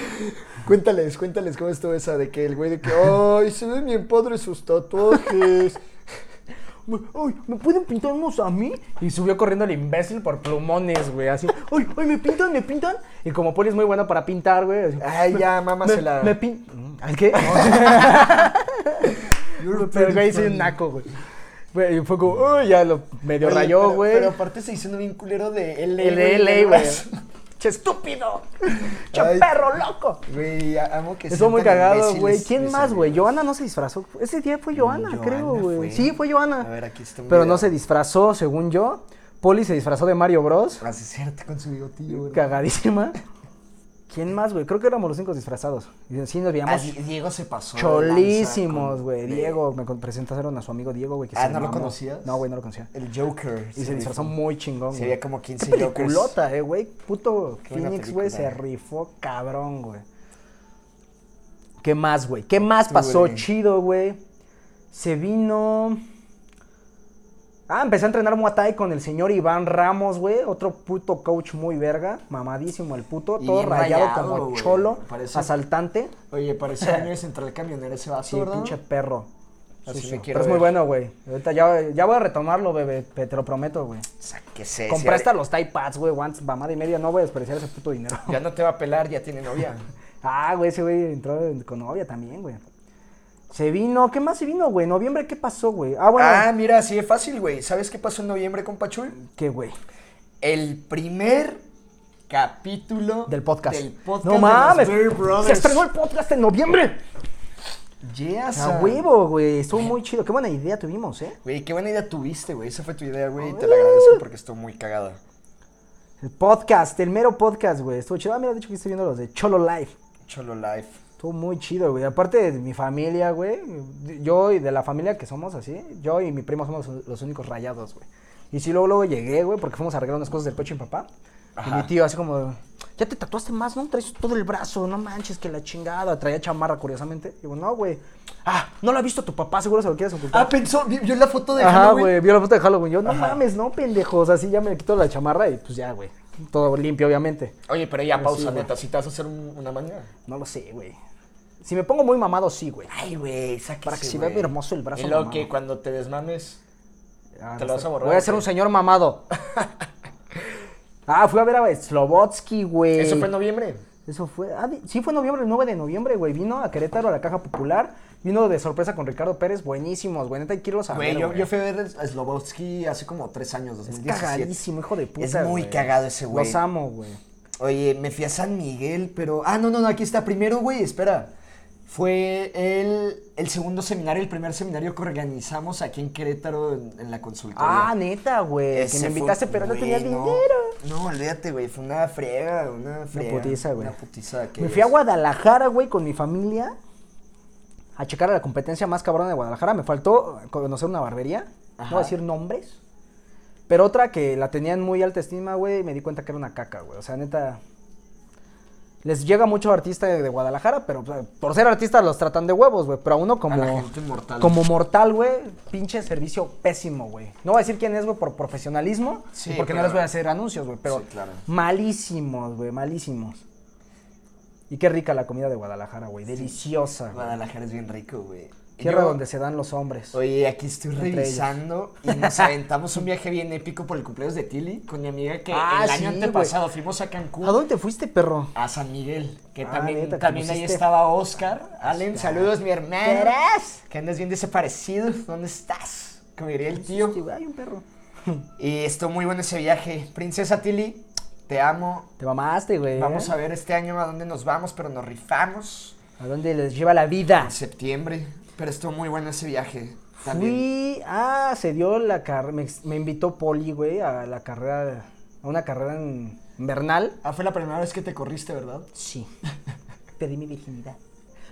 Cuéntales, cuéntales cómo estuvo esa de que el güey de que, ay, se ven bien padres sus tatuajes. Ay, ¿me pueden pintar unos a mí? Y subió corriendo el imbécil por plumones, güey, así. Ay, ay, ¿me pintan, me pintan? Y como Poli es muy bueno para pintar, güey. así, Ay, ya, me, mámasela. me pin... Mm. ¿Al qué? Pero el güey sí un naco, güey. Güey, y fue como, uy, ya lo medio Oye, rayó, pero- güey. Pero aparte se hizo un bien culero de LA. El güey, LA, güey. más. Che estúpido. Che Ay. perro loco. Güey, a- amo que Estuvo sean muy tan cagado, imbéciles güey. ¿Quién mis más, güey? amigos. Joana no se disfrazó. Ese día fue Joana, Johanna creo, fue. güey. Sí, fue Joana. A ver, aquí está un Pero video. no se disfrazó, según yo. Poli se disfrazó de Mario Bros. Ah, sí, es cierto, con su bigotillo, güey. Cagadísima. ¿Quién más, güey? Creo que éramos los cinco disfrazados. Y sí nos Ah, veíamos Di- Diego se pasó. de lanza cholísimos, con- güey. de- Diego, me con- presentaron a su amigo Diego, güey. que se Ah, ¿no lo mamó. conocías? No, güey, no lo conocía. El Joker. Y se disfrazó muy chingón, güey. Se veía como 15 Qué Jokers. peliculota, eh, güey. Puto Qué buena Phoenix, güey, se película. rifó cabrón, güey. ¿Qué más, güey? ¿Qué más pasó Octubre. chido, güey? Se vino... Ah, empecé a entrenar Muay Thai con el señor Iván Ramos, güey. Otro puto coach muy verga. Mamadísimo el puto. Y Todo bien rayado, rayado, como güey. cholo. Parece- Asaltante. Oye, parece año de Central Camionero ese vato, Sí, ¿verdad? pinche perro. Así Sucio. me Pero quiero es muy ver. bueno, güey. Ahorita ya, ya voy a retomarlo, bebé. Te lo prometo, güey. O sea, que sé. Compré si hasta los tie pads, güey, once, mamada y media, no voy a desperdiciar ese puto dinero. Ya no te va a pelar, ya tiene novia. Ah, güey, ese güey entró en- con novia también, güey. Se vino, ¿qué más se vino, güey? ¿Noviembre qué pasó, güey? Ah, bueno, Ah, mira, así de fácil, güey. ¿Sabes qué pasó en noviembre con Pachul? ¿qué, güey? El primer capítulo Del podcast. Del podcast no mames, De los Bear Brothers. se estrenó el podcast en noviembre. Yes, A ah. huevo, güey, estuvo muy chido, qué buena idea tuvimos, ¿eh? Güey, qué buena idea tuviste, güey. Esa fue tu idea, güey. Y te la agradezco porque estuvo muy cagada. El podcast, el mero podcast, güey, estuvo chido. Ah, mira, de hecho que estoy viendo los de Cholo Life. Cholo Life. Estuvo muy chido, güey. Aparte de mi familia, güey. Yo y de la familia que somos así, yo y mi primo somos los únicos rayados, güey. Y sí, luego, luego llegué, güey, porque fuimos a arreglar unas cosas del pecho de mi papá. Y mi tío así como, ya te tatuaste más, ¿no? Traes todo el brazo, no manches, que la chingada. Traía chamarra, curiosamente. Digo, no, güey. Ah, no lo ha visto tu papá, seguro se lo quieres ocultar. Ah, pues, pensó, vio, vio la foto de Ajá, Halloween. güey, vio la foto de Halloween. Yo, no mames, no, pendejos. Así ya me quito la chamarra y pues ya, güey. Todo limpio, obviamente. Oye, pero ya pausa, güey. neta. Si te vas a hacer un- una manga. No lo sé, güey. Si me pongo muy mamado, sí, güey. Ay, güey, sáquese, Para que se güey. vea hermoso el brazo Y luego mamado. que cuando te desmames. Ah, ¿Te no está- lo vas a borrar Voy o a ser qué? un señor mamado. ah, fui a ver a Slobotsky, güey. Eso fue en noviembre. Eso fue. ah, di- sí, fue noviembre, el 9 de noviembre, güey. Vino a Querétaro a la Caja Popular. Vino de sorpresa con Ricardo Pérez. Buenísimos, güey. Neta, quiero saber. Güey, Güey, yo, yo fui a ver a Slobodsky hace como tres años, Es 2017. cagadísimo, hijo de puta. Es muy güey. cagado ese güey. Los amo, güey. Oye, me fui a San Miguel, pero. Ah, no, no, no, aquí está. Primero, güey, espera. Fue el, el segundo seminario, el primer seminario que organizamos aquí en Querétaro en, en la consultoría. Ah, neta, güey. Que Ese me fue- invitaste, pero no güey, tenía dinero. No, olvídate, güey. Fue una friega, una friega. putiza, güey. Una putiza que. Me fui a Guadalajara, güey, con mi familia a checar a la competencia más cabrona de Guadalajara. Me faltó conocer una barbería. No Ajá. voy a decir nombres. Pero otra que la tenían muy alta estima, güey, y me di cuenta que era una caca, güey. O sea, neta. Les llega mucho artista de, de Guadalajara, pero pues, por ser artista los tratan de huevos, güey. Pero a uno como. la gente mortal. Como mortal, güey. Pinche servicio pésimo, güey. No voy a decir quién es, güey, por profesionalismo. Sí, y porque no pero- les voy a hacer anuncios, güey. Pero Sí, claro. malísimos, güey, malísimos. Y qué rica la comida de Guadalajara, güey. Deliciosa. güey. Guadalajara es bien rico, güey. Tierra Yo- donde se dan los hombres. Oye, aquí estoy Entre revisando y nos aventamos un viaje bien épico por el cumpleaños de Tilly con mi amiga que Ah, el año sí, antepasado fuimos a Cancún. ¿A dónde te fuiste, perro? a San Miguel, que Ah, también, neta, también ahí conociste. estaba Oscar. Allen, saludos, mi hermano. ¿Eres? Que andas bien desaparecido. ¿Dónde estás? Como diría Pues el tío. Hay un perro. Y estuvo muy bueno ese viaje. Princesa Tilly, te amo. Te mamaste, güey. ¿eh? Vamos a ver este año a dónde nos vamos, pero nos rifamos ¿A dónde les lleva la vida? en septiembre. Pero estuvo muy bueno ese viaje. También. Fui. Ah, se dio la carrera. Me, me invitó Poli, güey, a la carrera. A una carrera en invernal. Ah, fue la primera vez que te corriste, ¿verdad? Sí. Perdí mi virginidad.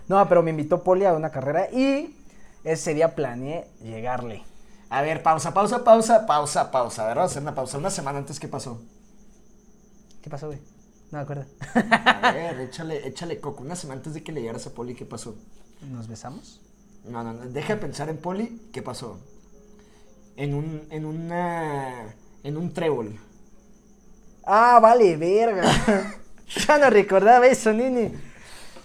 No, pero me invitó Poli a una carrera y ese día planeé llegarle. A ver, pausa, pausa, pausa, pausa, pausa. A ver, vamos a hacer una pausa. Una semana antes, ¿qué pasó? ¿Qué pasó, güey? No me acuerdo. A ver, échale, échale coco. Una semana antes de que le llegaras a Poli, ¿qué pasó? ¿Nos besamos? No, no, no. Deja de pensar en Poli. ¿Qué pasó? En un, en una, en un trébol. Ah, vale, verga. ya no recordaba eso, Nini.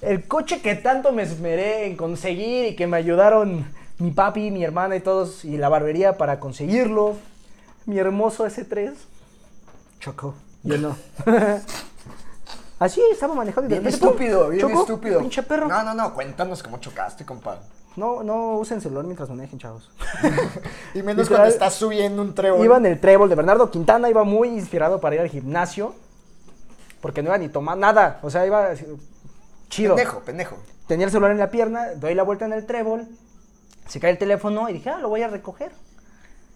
El coche que tanto me esmeré en conseguir y que me ayudaron mi papi, mi hermana y todos, y la barbería para conseguirlo. Mi hermoso S3. Chocó. Yo no. Así estaba manejando y de Bien repente, ¡pum! estúpido, bien Chocó, estúpido. Pinche perro. No, no, no. Cuéntanos cómo chocaste, compa. No, no usen celular mientras manejen, chavos. Y menos Literal, cuando estás subiendo un trébol. Iba en el trébol de Bernardo Quintana, iba muy inspirado para ir al gimnasio. Porque no iba ni tomar nada. O sea, iba así, chido. Pendejo, pendejo. Tenía el celular en la pierna, doy la vuelta en el trébol, se cae el teléfono y dije, ah, lo voy a recoger.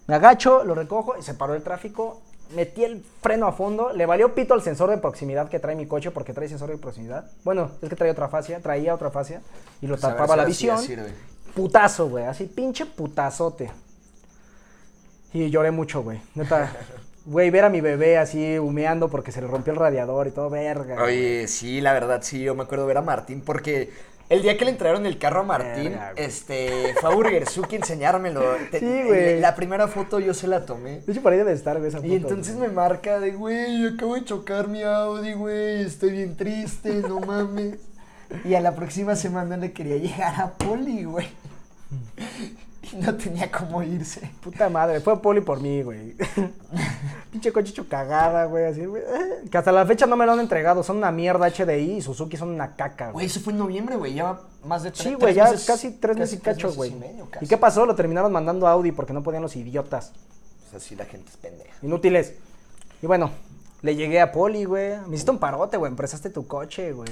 Me agacho, lo recojo y se paró el tráfico. Metí el freno a fondo, le valió pito al sensor de proximidad que trae mi coche porque trae sensor de proximidad. Bueno, es que traía otra fascia, traía otra fascia y lo Pues a ver tapaba si la así ya visión. sirve. Putazo, güey, así pinche putazote. Y lloré mucho, güey. Neta, güey, ver a mi bebé así humeando porque se le rompió el radiador y todo, verga. güey. Oye, sí, la verdad, sí, yo me acuerdo ver a Martín porque el día que le entregaron el carro a Martín, Verga, güey. este, fue a Burger Suki enseñármelo. Te- Sí, güey. La primera foto yo se la tomé. De hecho, por ahí debe estar, güey, esa Y foto, entonces güey. me marca de, güey, acabo de chocar mi Audi, güey, estoy bien triste, no mames. Y a la próxima semana le quería llegar a Poli, güey. Y no tenía cómo irse. Puta madre, fue Poli por mí, güey. Pinche coche hecho cagada, güey, así, güey. Eh, Que hasta la fecha no me lo han entregado. Son una mierda HDI y Suzuki son una caca, Güey, güey. eso fue en noviembre, güey, ya más de tre- Sí, tres güey, ya meses- casi tres meses y cacho, meses güey. medio, ¿Y casi. qué pasó? Lo terminaron mandando a Audi porque no podían los idiotas. O sea, sí, la gente es pendeja. Inútiles. Y bueno, le llegué a Poli, güey. Me hiciste un parote, güey. Empresaste tu coche, güey.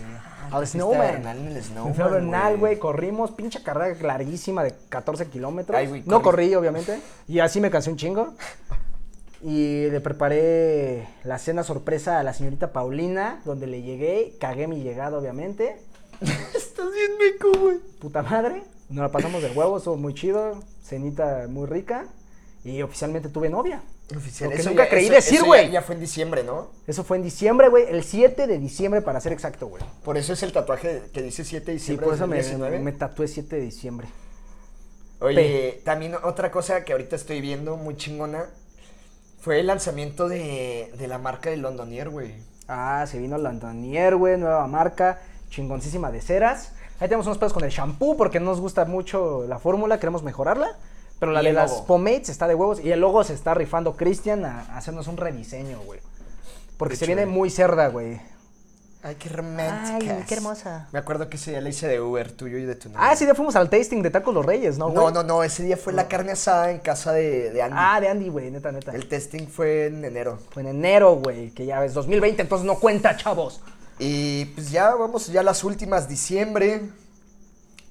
Al Fuiste a Bernal Snowman. en el Ah, Snowman, Me fui a Bernal, güey. Corrimos, pinche carrera larguísima de 14 kilómetros. Ay, güey, no corrí. corrí, obviamente. Y así me cansé un chingo. Y le preparé la cena sorpresa a la señorita Paulina, donde le llegué, cagué mi llegada, obviamente. Estás bien meco, güey. Puta madre. Nos la pasamos de huevos, estuvo muy chido. Cenita muy rica. Y oficialmente tuve novia. Oficial, Lo que eso nunca ya- creí eso- decir, eso ya- güey. Ya fue en diciembre, ¿no? Eso fue en diciembre, güey. El 7 de diciembre, para ser exacto, güey. Por eso es el tatuaje que dice 7 de Sí, diciembre por eso del me, 19. me tatué 7 de diciembre. Oye, también otra cosa que ahorita estoy viendo muy chingona fue el lanzamiento de, de la marca de Londonier, güey. Ah, se vino Lantanier, güey. Nueva marca. Chingoncísima de ceras. Ahí tenemos unos pedos con el shampoo porque no nos gusta mucho la fórmula. Queremos mejorarla. Pero la Y de el las logo. pomades está de huevos. Y el logo se está rifando Cristian a, a hacernos un rediseño, güey. Porque Qué se viene chévere. muy cerda, güey. Ay, qué romántica. Ay, qué hermosa. Me acuerdo que ese día le hice de Uber, tuyo y de tu novia. Ah, ese día fuimos al tasting de Tacos Los Reyes, ¿no, güey? No, no, no, ese día fue la carne asada en casa de, de Andy. Ah, de Andy, güey, neta, neta. El testing fue en enero. Fue en enero, güey, que ya es 2020, entonces no cuenta, chavos. Y pues ya vamos, ya las últimas, diciembre.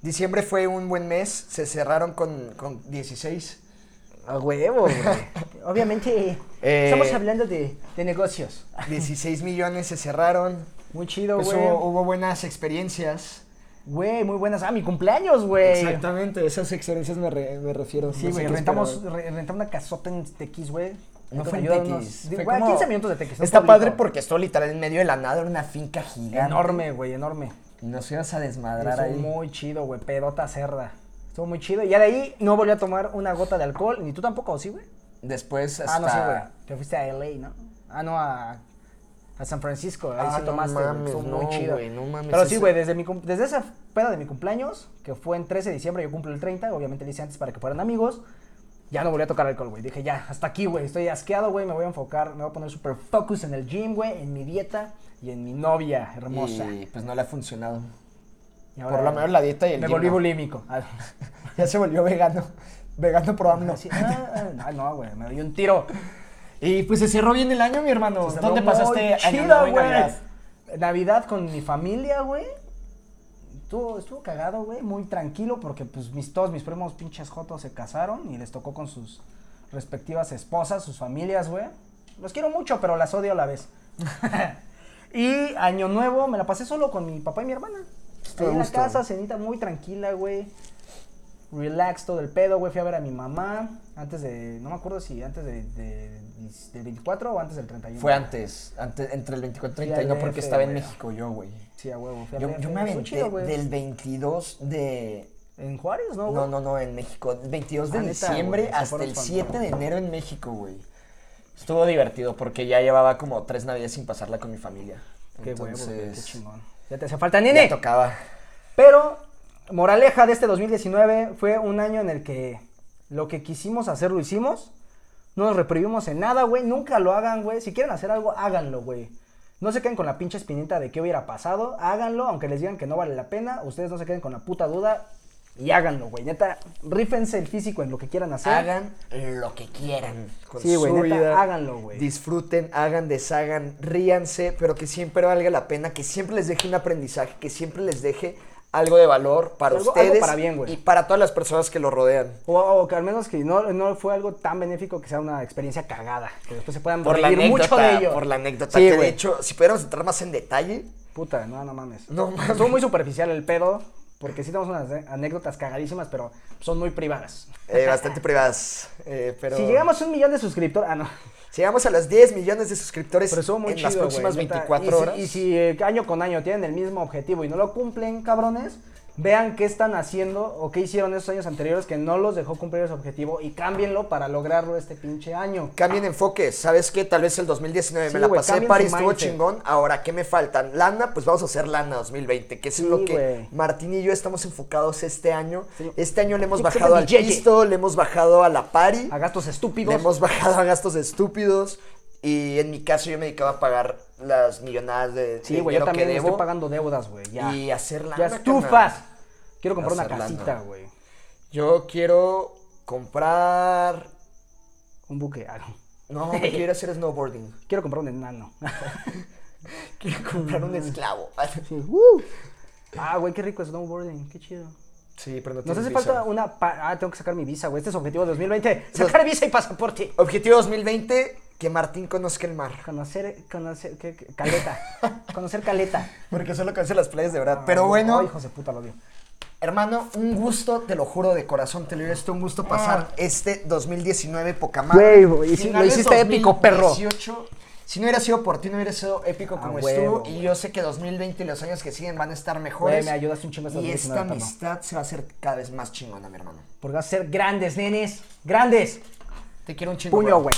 Diciembre fue un buen mes, se cerraron con, con 16. A huevo, güey. Obviamente, Eh. estamos hablando de, de negocios. 16 millones se cerraron. Muy chido, Pues güey. hubo, hubo buenas experiencias. Güey, muy buenas. Ah, mi cumpleaños, güey. Exactamente, esas experiencias me, re- me refiero. Sí, No sé güey, qué rentamos, esperaba. re- rentamos una casota en Tequis, güey. No Entonces, fue en ayuda Tequis, unos- fue de- güey, como- 15 minutos de Tequis. no Está público. padre porque estuvo literal en medio de la nada, era una finca gigante. Enorme, güey, enorme. Y nos ibas a desmadrar Estuvo ahí. muy chido, güey. Pedota cerda. Estuvo muy chido. Y ya de ahí no volví a tomar una gota de alcohol. Ni tú tampoco, ¿sí, güey? Después hasta... Ah, no, sí, güey. Te fuiste a LA, ¿no? Ah, no, a, a San Francisco. Ahí Ah, sí no tomaste, güey, mames, Estuvo no, muy chido. güey, no mames, Pero sí, esa- güey, desde, mi cum- desde esa peda de mi cumpleaños, que fue en 13 de diciembre, yo cumplo el 30, obviamente le hice antes para que fueran amigos. Ya no volví a tocar alcohol, güey. Dije, ya, hasta aquí, güey. Estoy asqueado, güey. Me voy a enfocar, me voy a poner super focus en el gym, güey, en mi dieta y en mi novia hermosa. Y pues no le ha funcionado. Y Por lo menos la dieta y el Me gym, volví ¿no? bulímico. Ah, Ya se volvió vegano. Vegano por AMLO. sí. Ah, ah, no, güey, me dio un tiro. Y pues se cerró bien el año, mi hermano. Se ¿Dónde cerró muy pasaste año chido, nuevo y güey. Navidad? Navidad con mi familia, güey. Estuvo, estuvo cagado, güey, muy tranquilo porque pues mis, todos mis primos pinches jotos se casaron y les tocó con sus respectivas esposas, sus familias, güey. Los quiero mucho, pero las odio a la vez. y año nuevo me la pasé solo con mi papá y mi hermana. Ahí Estuvo a en la gusto, casa, güey. cenita muy tranquila, güey. Relax todo el pedo, güey. Fui a ver a mi mamá antes de, no me acuerdo si antes de, de- del 24 o antes del 31. Fue antes, antes, entre el 24 y Fui al 31, porque DF, estaba en güey. México yo, güey. Sí, a huevo. Fui a Yo, ver, yo me fue aventé chido, güey. del 22 de... En Juárez, ¿no? No, güey? no, no, en México. del 22 de Ah, neta, diciembre güey, se hasta fueron el con- 7 de enero en México, güey. Estuvo divertido porque ya llevaba como tres navidades sin pasarla con mi familia. Qué Entonces, huevos, güey, qué chingón. Ya te hace falta, ya nene. tocaba. Pero, moraleja de este 2019 fue un año en el que lo que quisimos hacer lo hicimos. No nos reprimimos en nada, güey. Nunca lo hagan, güey. Si quieren hacer algo, háganlo, güey. No se queden con la pinche espinita de qué hubiera pasado. Háganlo, aunque les digan que no vale la pena. Ustedes no se queden con la puta duda. Y háganlo, güey. Neta, rífense el físico en lo que quieran hacer. Hagan lo que quieran con Sí, güey, su neta, vida. háganlo, güey. Disfruten, hagan, deshagan, ríanse, pero que siempre valga la pena, que siempre les deje un aprendizaje, que siempre les deje algo de valor para Algo- algo ustedes para bien, güey. y para todas las personas que lo rodean. O, o que al menos que no, no fue algo tan benéfico que sea una experiencia cagada. Que después se puedan Por la reír anécdota, mucho de ello. por la anécdota Sí, que de güey. hecho, si pudiéramos entrar más en detalle, Puta, no, no mames. No mames. Estuvo muy superficial el pedo. Porque sí tenemos unas ane- anécdotas cagadísimas, pero son muy privadas. eh, bastante privadas, eh, pero Si llegamos a un millón de suscriptores. Ah, no. si llegamos a los 10 millones de suscriptores Pero estuvo muy en chido, las próximas güey, neta. 24 Y si- horas. Y si, eh, año con año tienen el mismo objetivo y no lo cumplen, cabrones, vean qué están haciendo o qué hicieron esos años anteriores que no los dejó cumplir ese objetivo y cámbienlo para lograrlo este pinche año. Cambien enfoque, ¿sabes qué? Tal vez el 2019 Sí, me la güey, pasé cambien para su estuvo mindset. chingón, ahora ¿qué me faltan? Lana, pues vamos a hacer lana 2020, que es en Sí, lo que güey. Martín y yo estamos enfocados este año. Sí. Este año le hemos Sí, bajado al yeye. pisto, le hemos bajado a la pari, A gastos estúpidos. le hemos bajado a gastos estúpidos y en mi caso yo me dedicaba a pagar las millonadas de Sí, de güey, yo dinero que también debo estoy pagando deudas, güey. Ya. y hacer lana. ya carnal. estufas. Quiero comprar una Hacer lana. casita, güey. Yo quiero comprar... Un buque. ah, no. No, quiero hacer snowboarding. Quiero comprar un enano. Quiero comprar un esclavo. Uh. ah, güey, qué rico snowboarding. Qué chido. Sí, pero no Nos tienes hace visa. falta una. pa- ah, tengo que sacar mi visa, güey. Este es objetivo de 2020. Sacar visa y pasaporte. Objetivo 2020, que Martín conozca el mar. Conocer. Conocer. ¿qué- qué? caleta. conocer caleta. Porque solo conoce las playas de verdad. Ay, Pero bueno, ay, hijos de puta, lo odio. hermano, un gusto, te lo juro de corazón, te lo digo, esto un gusto pasar este 2019 poca Güey, madre. Ah. güey, sí, lo Finales hiciste épico, perro. 2018, Si no hubiera sido por ti, no hubiera sido épico A como huevo, estuvo. Y güey. yo sé que 2020 y los años que siguen van a estar mejores. Güey, me ayudaste un chingo este Y esta 2019, perro. amistad se va a hacer cada vez más chingona, mi hermano. Porque vas a ser grandes, nenes. Grandes. Te quiero un chingo. Puño, güey.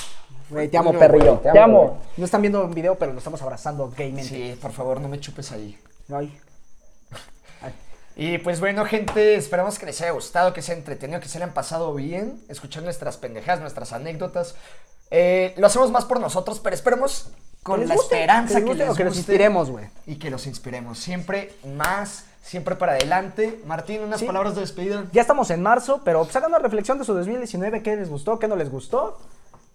Güey, te amo, Puño, perrillo. güey, te Te amo, amo. No están viendo un video, pero nos estamos abrazando gaymente. Sí, por favor, no me chupes ahí. Ay. Y pues bueno, gente, esperamos que les haya gustado, que se haya entretenido, que se le han pasado bien, escuchar nuestras pendejadas, nuestras anécdotas. Eh, lo hacemos más por nosotros, pero esperemos con les la guste, que les esperanza que, guste o les que los guste inspiremos, güey. Y que los inspiremos. Siempre más, siempre para adelante. Martín, unas Sí. palabras de despedida. Ya estamos en marzo, pero pues hagan una reflexión de su 2019, qué les gustó, qué no les gustó.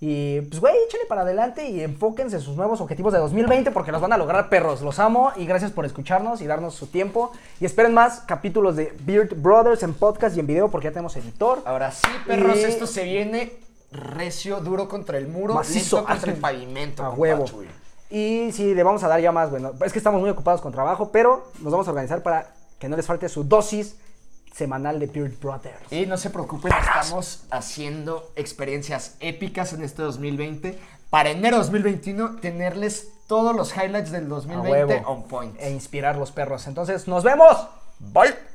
Y pues, güey, échenle para adelante y enfóquense en sus nuevos objetivos de 2020 porque los van a lograr, perros. Los amo y gracias por escucharnos y darnos su tiempo. Y esperen más capítulos de Beard Brothers en podcast y en video porque ya tenemos editor. Ahora sí, perros, Y- esto se viene recio, duro contra el muro, Macizo, lento contra ágil. el pavimento. A compa huevo. Chuy. Y sí, le vamos a dar ya más, bueno, es que estamos muy ocupados con trabajo, pero nos vamos a organizar para que no les falte su dosis semanal de Beard Brothers. Y no se preocupen, estamos haciendo experiencias épicas en este 2020. Para enero 2021, tenerles todos los highlights del A 2020 huevo. on point. E inspirar los perros. Entonces, nos vemos. Bye.